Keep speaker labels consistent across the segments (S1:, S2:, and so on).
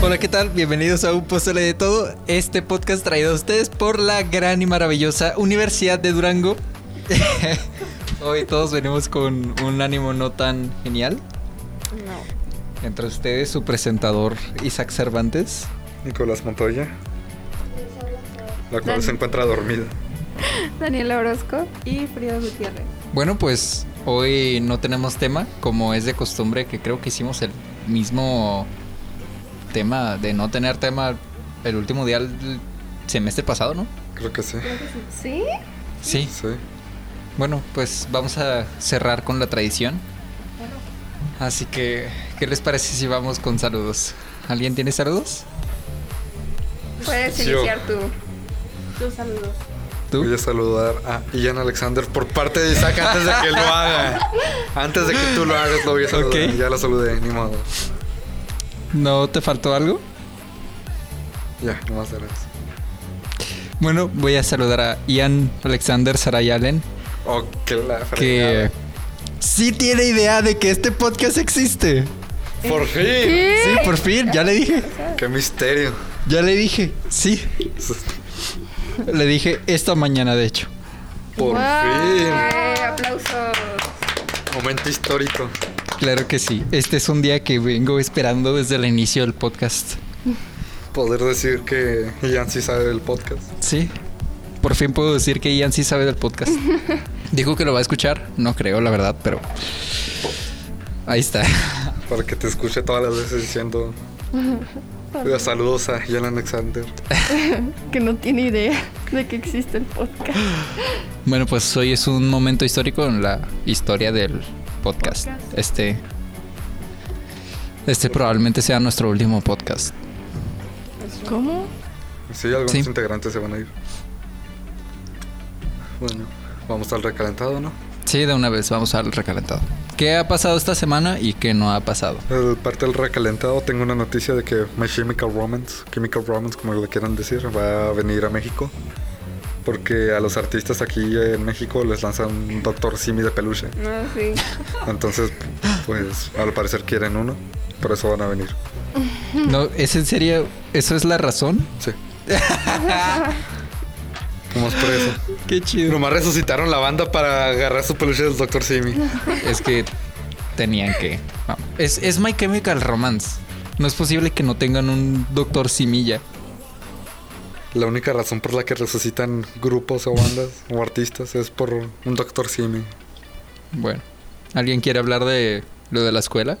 S1: Hola, ¿qué tal? Bienvenidos a Un Pozole de Todo, este podcast traído a ustedes por la gran y maravillosa Universidad de Durango. Hoy todos venimos con un ánimo no tan genial.
S2: No.
S1: Entre ustedes, su presentador Isaac Cervantes.
S3: Nicolás Montoya, la cual
S2: Dan-
S3: se encuentra dormida.
S2: Daniela Orozco y Frida Gutiérrez.
S1: Bueno, pues hoy no tenemos tema, como es de costumbre, que creo que hicimos el mismo tema de no tener tema el último día del semestre pasado, ¿no?
S3: Creo que sí.
S2: ¿Sí?
S1: Sí.
S3: Sí.
S1: Bueno, pues vamos a cerrar con la tradición. Así que, ¿qué les parece si vamos con saludos? ¿Alguien tiene saludos?
S2: Puedes
S3: Yo.
S2: iniciar tú.
S1: ¿Tú?
S3: Voy a saludar a Ian Alexander por parte de Isaac antes de que lo haga. Antes de que tú lo hagas, lo voy a saludar.
S1: Ok.
S3: Ya la saludé, ni modo.
S1: ¿No te faltó algo?
S3: Ya, nomás era eso.
S1: Bueno, voy a saludar a Ian Alexander Saray Allen,
S3: Oh, que la
S1: que
S3: fregada.
S1: sí tiene idea de que este podcast existe.
S3: Por fin.
S1: Sí, por fin, ya le dije.
S3: Qué misterio.
S1: Ya le dije, sí. Le dije esta mañana, de hecho.
S3: Por fin.
S2: fin. Eh, Aplausos.
S3: Momento histórico.
S1: Claro que sí. Este es un día que vengo esperando desde el inicio del podcast.
S3: Poder decir que Ian sí sabe del podcast.
S1: Sí. Por fin puedo decir que Ian sí sabe del podcast. Dijo que lo va a escuchar. No creo, la verdad, pero. Ahí está.
S3: Para que te escuche todas las veces diciendo. Saludos a Ian Alexander.
S4: que no tiene idea de que existe el podcast.
S1: Bueno, pues hoy es un momento histórico en la historia del podcast. Este. Este probablemente sea nuestro último podcast.
S4: ¿Cómo?
S3: Sí, algunos
S1: Sí.
S3: integrantes se van a ir. Bueno, vamos al recalentado, ¿no?
S1: Sí, de una vez, vamos al recalentado. ¿Qué ha pasado esta semana y qué no ha pasado?
S3: Eh, parte del recalentado, tengo una noticia de que My Chemical Romance, Chemical Romance, como le quieran decir, va a venir a México. Porque a los artistas aquí en México les lanzan un Doctor Simi de peluche.
S2: No, sí.
S3: Entonces, pues al parecer quieren uno. Por eso van a venir.
S1: No, ¿es en serio? ¿Eso es la razón?
S3: Sí. Vamos por eso.
S1: Qué chido.
S3: Nomás resucitaron la banda para agarrar su peluche del Doctor Simi.
S1: Es que tenían que. vamos. Es, es My Chemical Romance. No es posible que no tengan un Doctor Similla.
S3: La única razón por la que resucitan grupos o bandas o artistas es por un Doctor Simi.
S1: Bueno, ¿alguien quiere hablar de lo de la escuela?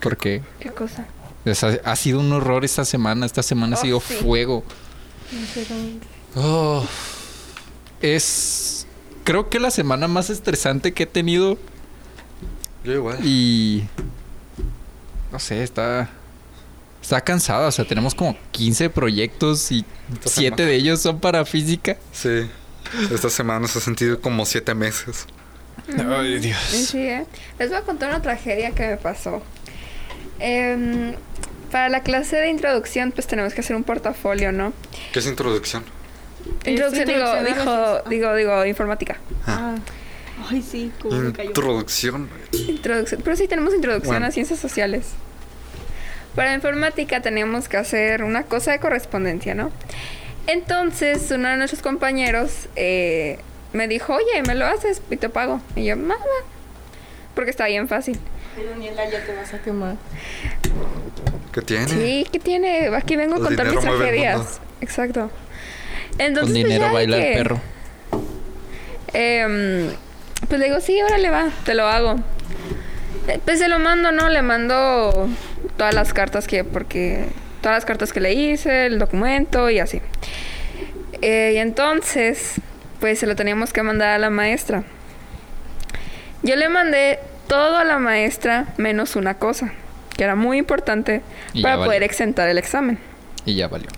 S1: Porque
S2: ¿Qué cosa?
S1: es- ha, ha sido un horror esta semana. Esta semana ha
S2: Oh,
S1: sido
S2: sí.
S1: fuego. Oh. es. Creo que la semana más estresante que he tenido.
S3: Yo igual.
S1: Y. No sé, está. Está cansada. O sea, tenemos como 15 proyectos y 7
S3: Esta semana.
S1: de ellos son para física.
S3: Sí. Esta semana se ha sentido como siete meses.
S1: Ay, Dios.
S2: Sí, ¿eh? Les voy a contar una tragedia que me pasó. Em, para la clase de introducción, pues tenemos que hacer un portafolio, ¿no?
S3: ¿Qué es introducción?
S2: Introducción, digo,
S4: introducción a
S2: digo,
S4: las-
S2: digo, digo, informática.
S4: Ah. Ay, sí, como Ah, me cayó.
S3: Introducción.
S2: Introducción. Pero sí tenemos introducción
S3: Bueno.
S2: a ciencias sociales. Para informática tenemos que hacer una cosa de correspondencia, ¿no? Entonces, uno de nuestros compañeros eh, me dijo, oye, ¿me lo haces? Y te pago. Y yo, mamá. Porque está bien fácil.
S4: Daniela, ya te vas a quemar.
S3: ¿Qué tiene?
S2: Sí, ¿qué tiene? Aquí vengo a
S3: El
S2: contar mis
S3: dinero mueve el
S2: tragedias.
S3: mundo.
S2: Exacto. Entonces,
S1: Con
S2: pues,
S1: dinero
S2: ya
S1: baila
S2: de
S1: el
S2: que,
S1: perro.
S2: em, pues le digo, sí, órale va, te lo hago. Eh, Pues se lo mando, ¿no? Le mando todas las cartas que, porque, todas las cartas que le hice, el documento y así. Eh, y entonces, pues se lo teníamos que mandar a la maestra. Yo le mandé todo a la maestra menos una cosa, que era muy importante
S1: Y ya
S2: para
S1: valió.
S2: poder exentar el examen.
S1: Y ya valió.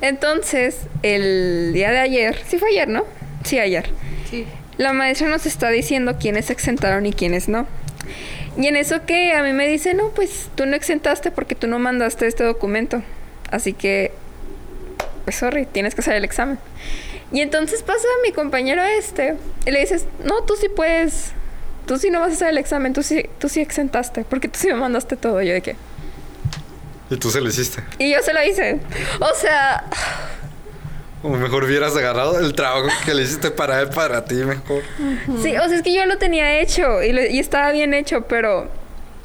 S2: Entonces, el día de ayer, sí fue ayer, ¿no? Sí, ayer.
S4: Sí.
S2: La maestra nos está diciendo quiénes se exentaron y quiénes no. Y en eso que a mí me dice, no, pues tú no exentaste porque tú no mandaste este documento. Así que, pues sorry, tienes que hacer el examen. Y entonces pasa mi compañero este y le dices, no, tú sí puedes, tú sí no vas a hacer el examen, tú sí, tú sí exentaste porque tú sí me mandaste todo. Yo de qué.
S3: Y tú se lo hiciste.
S2: Y yo se lo hice. O sea,
S3: O mejor hubieras agarrado el trabajo que le hiciste para él, para ti, mejor.
S2: sí, o sea, es que yo lo tenía hecho y, lo- y estaba bien hecho, pero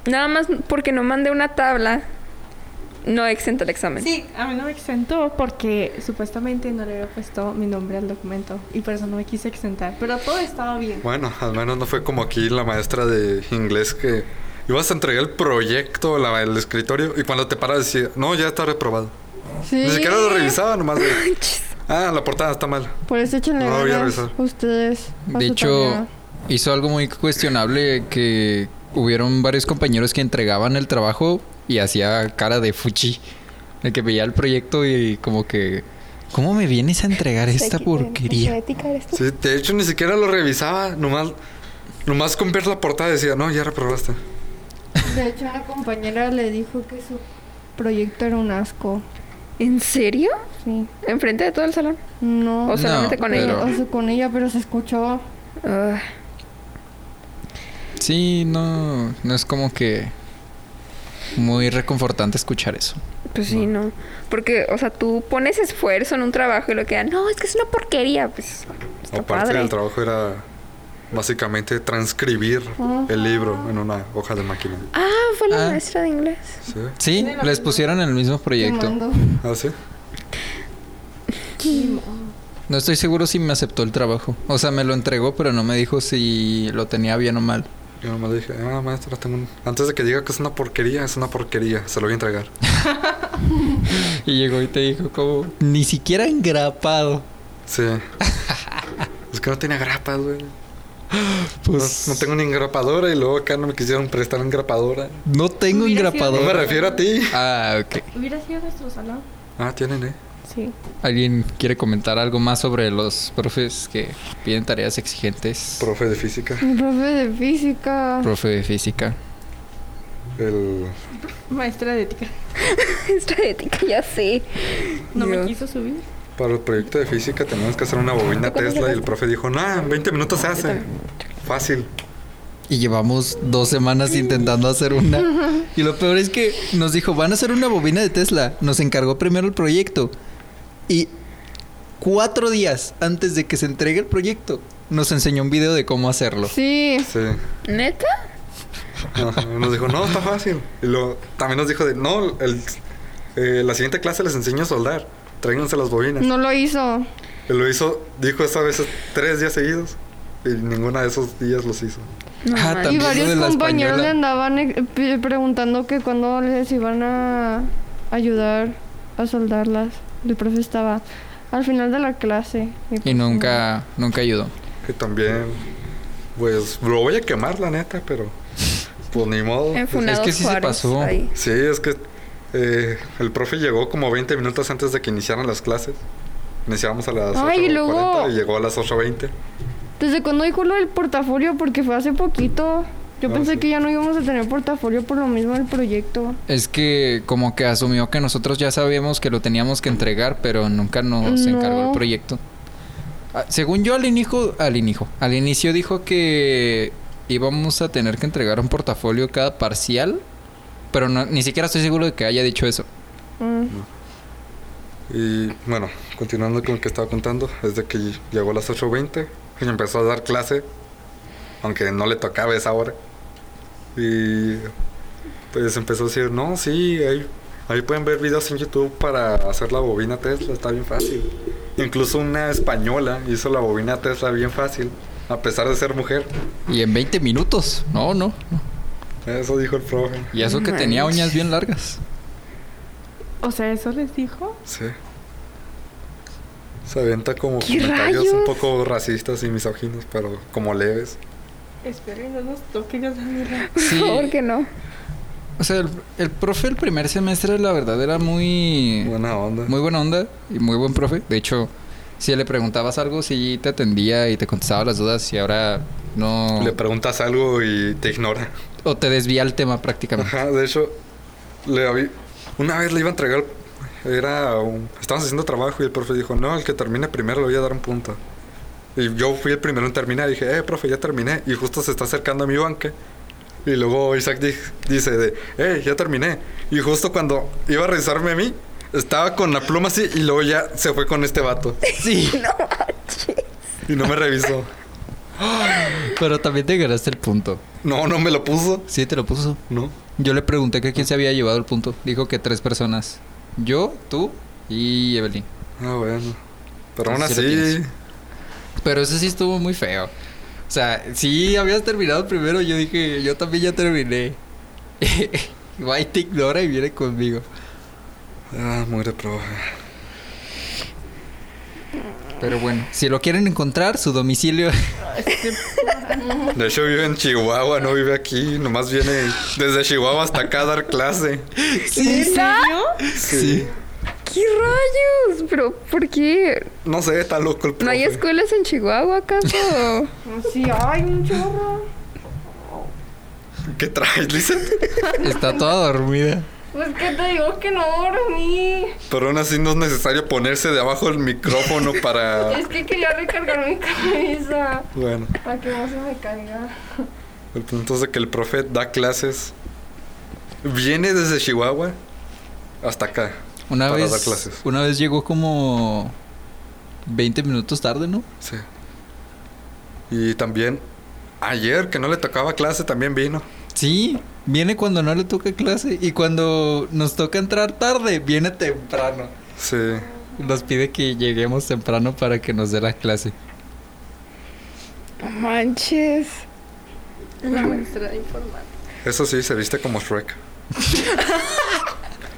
S2: nada más porque no mandé una tabla, no exenta el examen.
S4: Sí, a mí no me exentó porque supuestamente no le había puesto mi nombre al documento y por eso no me quise exentar. Pero todo estaba bien.
S3: Bueno, al menos no fue como aquí la maestra de inglés que ibas a entregar el proyecto, la, el escritorio, y cuando te paras decía, no, ya está reprobado.
S5: Sí.
S3: Ni siquiera lo revisaba, nomás. de,
S2: Chis.
S3: ah, la portada está mal.
S5: Por eso échenle
S3: No lo voy a
S5: ganas
S3: revisar.
S5: ustedes. a
S1: De
S5: su
S1: hecho,
S5: tarea.
S1: hizo algo muy cuestionable que hubieron varios compañeros que entregaban el trabajo y hacía cara de fuchi. El que veía el proyecto y como que, ¿cómo me vienes a entregar esta porquería?
S3: Sí, de hecho, ni siquiera lo revisaba, nomás, nomás con ver la portada decía, no, ya reprobaste.
S5: de hecho, una compañera le dijo que su proyecto era un asco.
S2: ¿En serio?
S5: Sí.
S2: ¿Enfrente de todo el salón?
S5: No.
S2: O solamente con
S1: pero-
S2: ella.
S5: o sea, con ella, pero se escuchó.
S2: Ugh.
S1: Sí, no, no es como que muy reconfortante escuchar eso.
S2: Pues sí, no. Porque, o sea, tú pones esfuerzo en un trabajo y lo que dan, no, es que es una porquería, pues. Está
S3: Aparte
S2: padre.
S3: del trabajo era básicamente transcribir el libro en una hoja de máquina.
S2: Ah, fue la
S1: Ah.
S2: maestra de inglés.
S3: ¿Sí?
S1: Sí, les pusieron el mismo
S5: Te
S1: proyecto.
S5: mando.
S3: ¿Ah, sí?
S1: No estoy seguro si me aceptó el trabajo. O sea, me lo entregó, pero no me dijo si lo tenía bien o mal.
S3: Yo nomás le dije, ah, maestra, tengo un... Antes de que diga que es una porquería, es una porquería, se lo voy a entregar.
S1: Y llegó y te dijo como, ni siquiera engrapado.
S3: Sí. es que no tenía grapas, güey.
S1: Pues
S3: No, no tengo ni engrapadora y luego acá no me quisieron prestar engrapadora.
S1: no tengo
S4: Hubiera sido
S3: No me
S1: engrapador.
S3: refiero a ti.
S1: Ah, ok.
S4: ¿Hubiera sido nuestro salón?
S3: Ah, tienen, eh.
S4: Sí.
S1: ¿Alguien quiere comentar algo más sobre los profes que piden tareas exigentes?
S3: Profe de física.
S5: Mi profe de física.
S1: Profe de física.
S3: El...
S4: Maestra de ética.
S2: Maestra de ética, ya sé.
S4: No me
S2: Dios.
S4: quiso subir.
S3: Para el proyecto de física teníamos que hacer una bobina Tesla y el profe dijo, nah, en 20 minutos se hace. Fácil.
S1: Y llevamos dos semanas intentando hacer una. Y lo peor es que nos dijo, van a hacer una bobina de Tesla. Nos encargó primero el proyecto. Y cuatro días antes de que se entregue el proyecto, nos enseñó un video de cómo hacerlo.
S5: Sí.
S3: Sí.
S2: ¿Neta?
S3: Ajá, Nos dijo, no, está fácil. Y luego también nos dijo, de, no, el- eh, la siguiente clase les enseño a soldar. Tráiganse las bobinas.
S5: No lo hizo.
S3: Y Lo hizo, dijo esa vez tres días seguidos. Y ninguno de esos días los hizo.
S2: No,
S1: Ah,
S2: man.
S1: también
S5: Y
S1: lo
S5: varios
S1: de la
S5: compañeros le
S1: española.
S5: andaban eh, pe- preguntando que cuando les iban a ayudar a soldarlas. El profe estaba al final de la clase. pues,
S1: Y nunca, nunca ayudó.
S3: Y también, pues, lo voy a quemar, la neta, pero... Pues ni modo.
S2: En Funados
S1: que sí se
S2: Juárez,
S1: pasó.
S2: ahí.
S3: Sí, es que eh, el profe llegó como 20 minutos antes de que iniciaran las clases. Iniciábamos a las
S5: Ay, y luego-
S3: 8.40 y llegó a las 8.20.
S5: ¿Desde cuando dijo lo del portafolio? Porque fue hace poquito. Yo
S3: Ah,
S5: pensé
S3: sí.
S5: que ya no íbamos a tener portafolio por lo mismo del proyecto.
S1: Es que como que asumió que nosotros ya sabíamos que lo teníamos que entregar, pero nunca nos encargó el
S5: No.
S1: proyecto. Ah, Según yo al inicio, al inicio, al inicio dijo que íbamos a tener que entregar un portafolio cada parcial, pero no- ni siquiera estoy seguro de que haya dicho eso.
S5: Mm.
S3: Y bueno, continuando con lo que estaba contando, es de que llegó a las 8.20 y empezó a dar clase, aunque no le tocaba esa hora. Y pues empezó a decir, no, sí, ahí, ahí pueden ver videos en YouTube para hacer la bobina Tesla, está bien fácil. Incluso una española hizo la bobina Tesla bien fácil, a pesar de ser mujer.
S1: Y en 20 minutos. No, no. no.
S3: Eso dijo el profe.
S1: Y eso que tenía uñas bien largas.
S4: O sea, eso les dijo.
S3: Sí. Se avienta como
S2: ¿Qué
S3: comentarios un
S2: rayos?
S3: poco racistas y misóginos, pero como leves.
S4: Espero que no nos toque ya Daniela.
S2: Por
S1: Sí.
S2: favor que no.
S1: O sea, el, el profe el primer semestre la verdad era muy
S3: Buena onda.
S1: Muy buena onda y muy buen profe. De hecho, si le preguntabas algo, sí te atendía y te contestaba las dudas y ahora no...
S3: Le preguntas algo y te ignora.
S1: o te desvía el tema prácticamente.
S3: Ajá, de hecho, le habí- una vez le iba a entregar, era un- estábamos haciendo trabajo y el profe dijo, no, el que termine primero le voy a dar un punto. Y yo fui el primero en terminar, dije, eh, profe, ya terminé. Y justo se está acercando a mi banca. Y luego Isaac di- dice de, eh, ya terminé. Y justo cuando iba a revisarme a mí, estaba con la pluma así y luego ya se fue con este vato.
S1: Sí,
S2: No manches.
S3: Y no me revisó.
S1: pero también te ganaste el punto.
S3: No, no me lo puso.
S1: Sí, te lo puso.
S3: No.
S1: Yo le pregunté que quién se había llevado el punto. Dijo que tres personas. Yo, tú y Evelyn.
S3: Ah, bueno. Pero aún
S1: Entonces, sí lo
S3: así,
S1: tienes. Pero eso sí estuvo muy feo. O sea, sí habías terminado primero. Yo dije, yo también ya terminé. Guay te ignora y viene conmigo.
S3: ah, muy de prueba.
S1: Pero bueno, si lo quieren encontrar, su domicilio.
S3: De hecho vive en Chihuahua, no vive aquí. Nomás viene desde Chihuahua hasta acá a dar clase.
S1: sí,
S4: serio?
S1: sí.
S2: ¿Qué rayos? ¿Pero por qué?
S3: No sé, está loco el profe.
S2: ¿No hay escuelas en Chihuahua acaso?
S5: Sí, ay, un chorro.
S3: ¿Qué traes, Lizeth?
S1: Está toda dormida.
S5: Pues que te digo que no dormí.
S3: Pero aún así no es necesario ponerse de abajo el micrófono para...
S5: Es que quería recargar mi cabeza.
S3: Bueno,
S5: Para que no se me caiga.
S3: el punto es de que el profe da clases. Viene desde Chihuahua hasta acá.
S1: Una
S3: Para
S1: vez.
S3: dar clases.
S1: Una vez llegó como 20 minutos tarde, ¿no?
S3: Sí. Y también ayer que no le tocaba clase también vino.
S1: Sí, viene cuando no le toca clase. Y cuando nos toca entrar tarde, viene temprano.
S3: Sí.
S1: Nos pide que lleguemos temprano para que nos dé la clase.
S2: No manches.
S4: La maestra de informática.
S3: Eso sí, se viste como Shrek.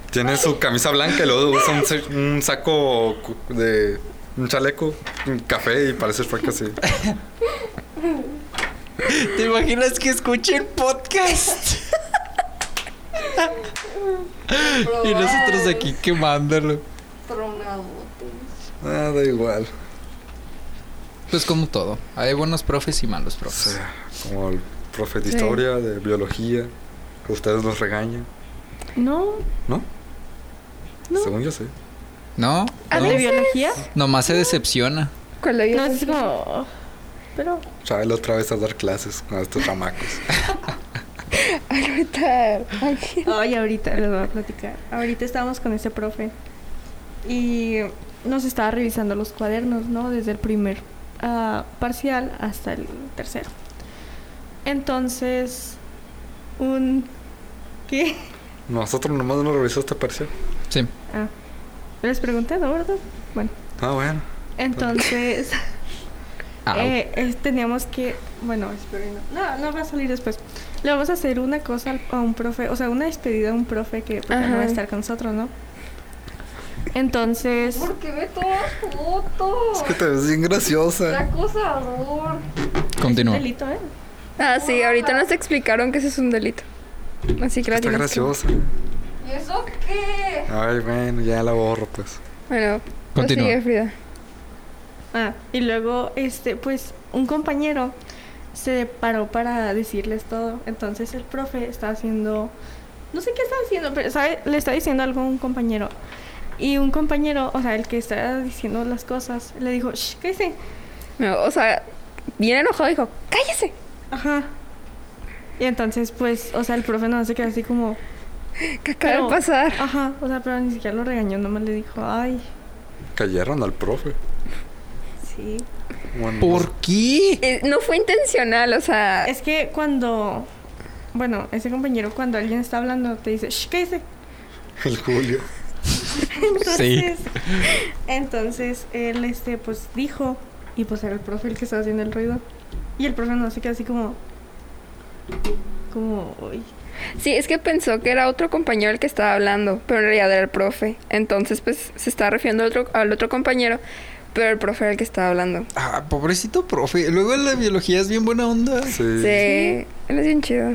S3: Tiene su camisa blanca y luego usa un, sa- un saco cu- de... Un chaleco, un café y parece Shrek así.
S1: ¿Te imaginas que escuche el podcast? y nosotros aquí quemándolo.
S3: Ah, da igual.
S1: Pues como todo, hay buenos profes y malos
S3: O
S1: profes.
S3: sea, como el profe de
S5: Sí.
S3: historia, de biología, que ustedes los regañan,
S4: No,
S3: ¿no?
S4: No.
S3: Según yo sí.
S1: ¿No?
S2: A
S1: no,
S4: ¿de biología?
S1: Nomás se decepciona.
S2: ¿Cuál había
S4: No,
S2: sido?
S4: es como... Pero...
S3: Chávez otra vez a dar clases con estos chamacos.
S2: Ahorita, ay,
S4: Ay, ahorita les voy a platicar. Ahorita estábamos con ese profe y nos estaba revisando los cuadernos, ¿no? Desde el primer ah, parcial hasta el tercero. Entonces, un... ¿Qué?
S3: Nosotros nomás no revisaste parcial.
S1: Sí.
S4: Ah, les pregunté, ¿no? ¿Verdad? Bueno,
S3: Ah, bueno.
S4: entonces...
S1: Au.
S4: Eh, es- teníamos que, bueno, espero y no. No, no va a salir después. Le vamos a hacer una cosa al- a un profe, o sea, una despedida a un profe que pues, ya no va a
S2: Ajá.
S4: estar con nosotros, ¿no? Entonces,
S5: Porque ve todas fotos.
S3: Es que te ves bien graciosa.
S5: acosador. Este
S1: Continúa.
S4: delito, ¿eh?
S2: Ah, sí, ahorita nos explicaron que ese es un delito. Así que la
S3: Está
S2: tienes que-
S3: graciosa.
S5: ¿Y eso qué?
S3: Ay, bueno, ya la borro, pues.
S2: Bueno,
S1: Continúa.
S2: prosigue, Frida.
S4: Ah, y luego, este, pues, un compañero se paró para decirles todo. Entonces el profe está haciendo, no sé qué está haciendo, pero ¿sabe? le está diciendo algo a un compañero. Y un compañero, o sea, el que está diciendo las cosas, le dijo, Shh, cállese.
S2: No, o sea, bien enojado dijo, cállese.
S4: Ajá. Y entonces, pues, o sea, el profe no se quedó así como.
S2: ¿Qué acaba
S4: Pero-
S2: de pasar?
S4: Ajá, o sea, pero ni siquiera lo regañó, nomás le dijo, ay,
S3: Cayeron al profe.
S4: sí.
S3: Bueno,
S1: ¿Por qué?
S2: Eh, no fue intencional, o sea,
S4: Es que cuando. Bueno, ese compañero, cuando alguien está hablando, te dice, shh, cállese.
S3: El Julio.
S4: Entonces, entonces él, este, pues dijo, y pues era el profe el que estaba haciendo el ruido. Y el profe no se quedó así como. Como, uy.
S2: sí, es que pensó que era otro compañero el que estaba hablando, pero en realidad era el profe. Entonces, pues, se estaba refiriendo al otro, al otro compañero, pero el profe era el que estaba hablando.
S1: Ah, pobrecito profe. Luego el de biología es bien buena onda.
S3: Sí.
S2: Sí, él es bien chido.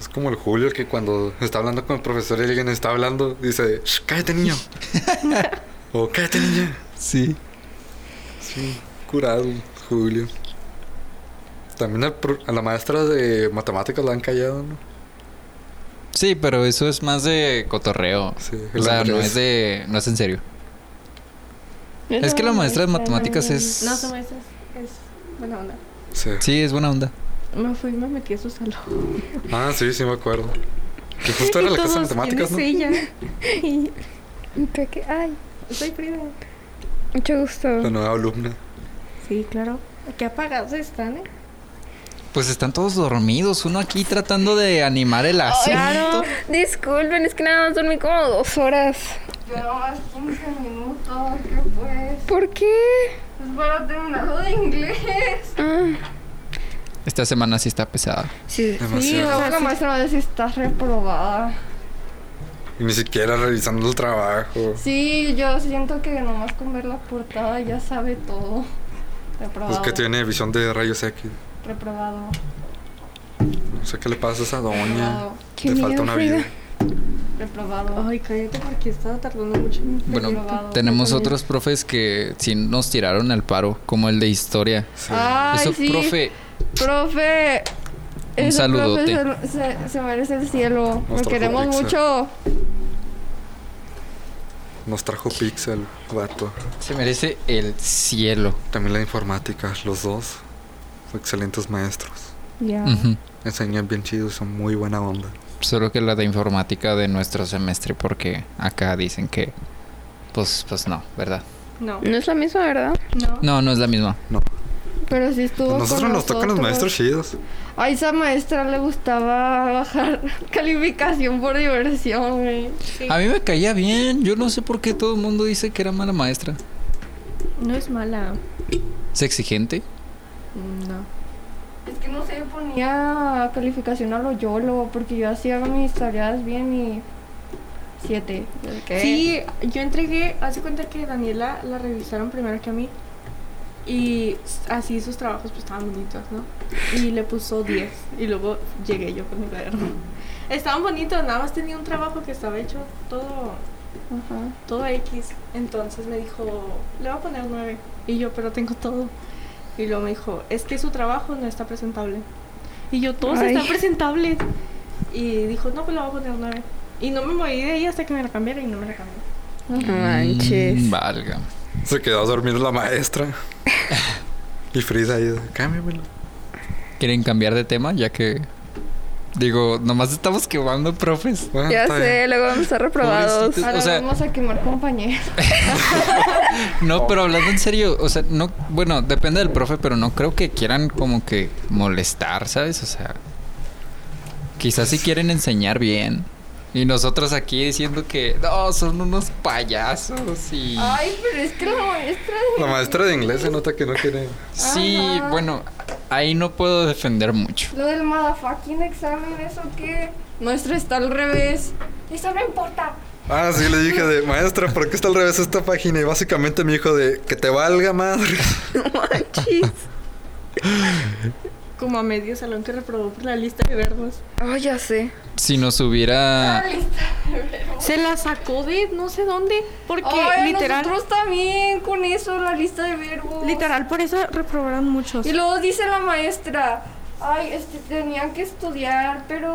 S3: Es como el Julio que cuando está hablando con el profesor y alguien está hablando, dice, "Shh, cállate niño. o cállate niña.
S1: Sí.
S3: Sí, curado, Julio. También al pro- a la maestra de matemáticas la han callado, ¿no?
S1: Sí, pero eso es más de cotorreo.
S3: Sí,
S1: O sea,
S3: el
S1: no
S3: Andrés.
S1: es de. No es en serio. Es que la maestra de matemáticas es.
S4: No, son maestras. Es buena onda.
S3: Sí.
S1: Sí, es buena onda.
S4: Me fui y me metí a su salón.
S3: Ah, sí, sí me acuerdo. Que justo era la clase de
S4: Todos, ¿quién
S3: matemáticas,
S4: es
S3: ¿no?
S4: ella? Y
S2: Y creo que, ay,
S4: soy Frida.
S2: mucho gusto.
S3: La nueva alumna.
S4: Sí, claro. Qué apagados están, ¿eh?
S1: Pues están todos dormidos, uno aquí tratando de animar el asunto.
S2: Disculpen, es que nada más dormí como dos horas.
S5: Yo nomás 15 minutos, ¿qué pues?
S2: ¿Por qué?
S5: Es para terminarlo de inglés.
S2: Ah,
S1: Esta semana sí está pesada.
S2: sí.
S5: Sí,
S3: Demasiado.
S5: luego la maestra va a decir, estás reprobada.
S3: Y ni siquiera revisando el trabajo.
S5: Sí, yo siento que nomás con ver la portada ya sabe todo. Reprobado.
S3: Pues
S4: Ah.
S3: que tiene visión de rayos X.
S5: Reprobado.
S3: No sé qué le pasa a esa doña.
S5: Reprobado.
S2: Qué
S3: Le falta
S2: miedo,
S3: una
S2: Frida.
S3: vida.
S5: Reprobado.
S4: Ay, cállate porque estaba tardando mucho. en-
S1: Bueno,
S5: Reprobado.
S1: tenemos otros profes que sí nos tiraron al paro, como el de historia.
S3: Sí.
S5: Ay,
S1: Eso,
S5: sí.
S1: profe,
S5: Profe.
S1: Un
S5: ese
S1: saludote.
S5: profe se, se- se merece el cielo. Lo
S3: Nuestro
S5: queremos
S3: Jurixa.
S5: mucho.
S3: Nos trajo Pixel, vato.
S1: se merece el cielo.
S3: También la informática, los dos. Fue excelentes maestros.
S5: Ya.
S1: Ujú.
S3: Enseñan bien chido, son muy buena onda.
S1: Solo que la de informática de nuestro semestre, porque acá dicen que. Pues, pues no, ¿verdad?
S4: No,
S2: No es la misma, ¿verdad?
S4: no.
S1: No, no es la misma.
S5: Pero sí estuvo. con
S3: Pues nosotros nos tocan los
S5: nosotros.
S3: maestros chidos.
S5: A esa maestra le gustaba bajar calificación por diversión, güey.
S1: A mí me caía bien. Yo no sé por qué todo el mundo dice que era mala maestra.
S4: No es mala.
S1: ¿Es exigente?
S4: No.
S5: Es que no sé, yo ponía calificación a lo YOLO porque yo hacía mis tareas bien y. Siete. ¿Qué?
S4: Sí, Eh, yo entregué, hace cuenta que Daniela la revisaron primero que a mí. Y s- así sus trabajos pues estaban bonitos, ¿no? Y le puso 10. Y luego llegué yo con mi cuaderno. Estaban bonitos, nada más tenía un trabajo que estaba hecho todo,
S5: Ajá.
S4: todo X. Entonces me dijo, le voy a poner 9. Y yo, pero tengo todo. Y luego me dijo, es que su trabajo no está presentable. Y yo, todos
S2: Ay.
S4: están presentables. Y dijo, no, pues le voy a poner 9. Y no me moví de ahí hasta que me la cambiara y no me la cambió.
S2: No manches.
S1: Mm, valga.
S3: Se quedó dormido la maestra. y Frida ahí, cámbiamelo.
S1: ¿Quieren cambiar de tema? Ya que. Digo, nomás estamos quemando profes.
S3: Bueno,
S2: Ya
S3: está bien.
S2: sé, luego vamos a estar reprobados.
S1: Pobrecitos.
S5: Ahora
S1: O sea-
S5: vamos a quemar compañeros.
S1: No, pero hablando en serio, o sea, no. Bueno, depende del profe, pero no creo que quieran como que molestar, ¿sabes? O sea. Quizás si quieren enseñar bien. Y nosotros aquí diciendo que. No, son unos payasos y.
S5: Ay, pero es que la maestra.
S3: La maestra de inglés se nota que no quiere.
S1: Sí,
S5: Ajá.
S1: bueno, ahí no puedo defender mucho.
S5: Lo del motherfucking examen, ¿eso qué? Maestra está al revés. Eso no importa.
S3: Ah, sí, le dije de maestra, ¿por qué está al revés esta página? Y básicamente me dijo de que te valga madre.
S2: Manches.
S4: como a medio salón que reprobó por la lista de verbos.
S2: Oh, ya sé.
S1: Si nos
S3: Ah.
S1: hubiera.
S4: Se la sacó de no sé dónde, porque
S5: Ay,
S4: literal,
S5: nosotros también con eso, la lista de verbos.
S4: literal por eso reprobaron muchos.
S5: Y luego dice la maestra, ay, este, tenían que estudiar, pero,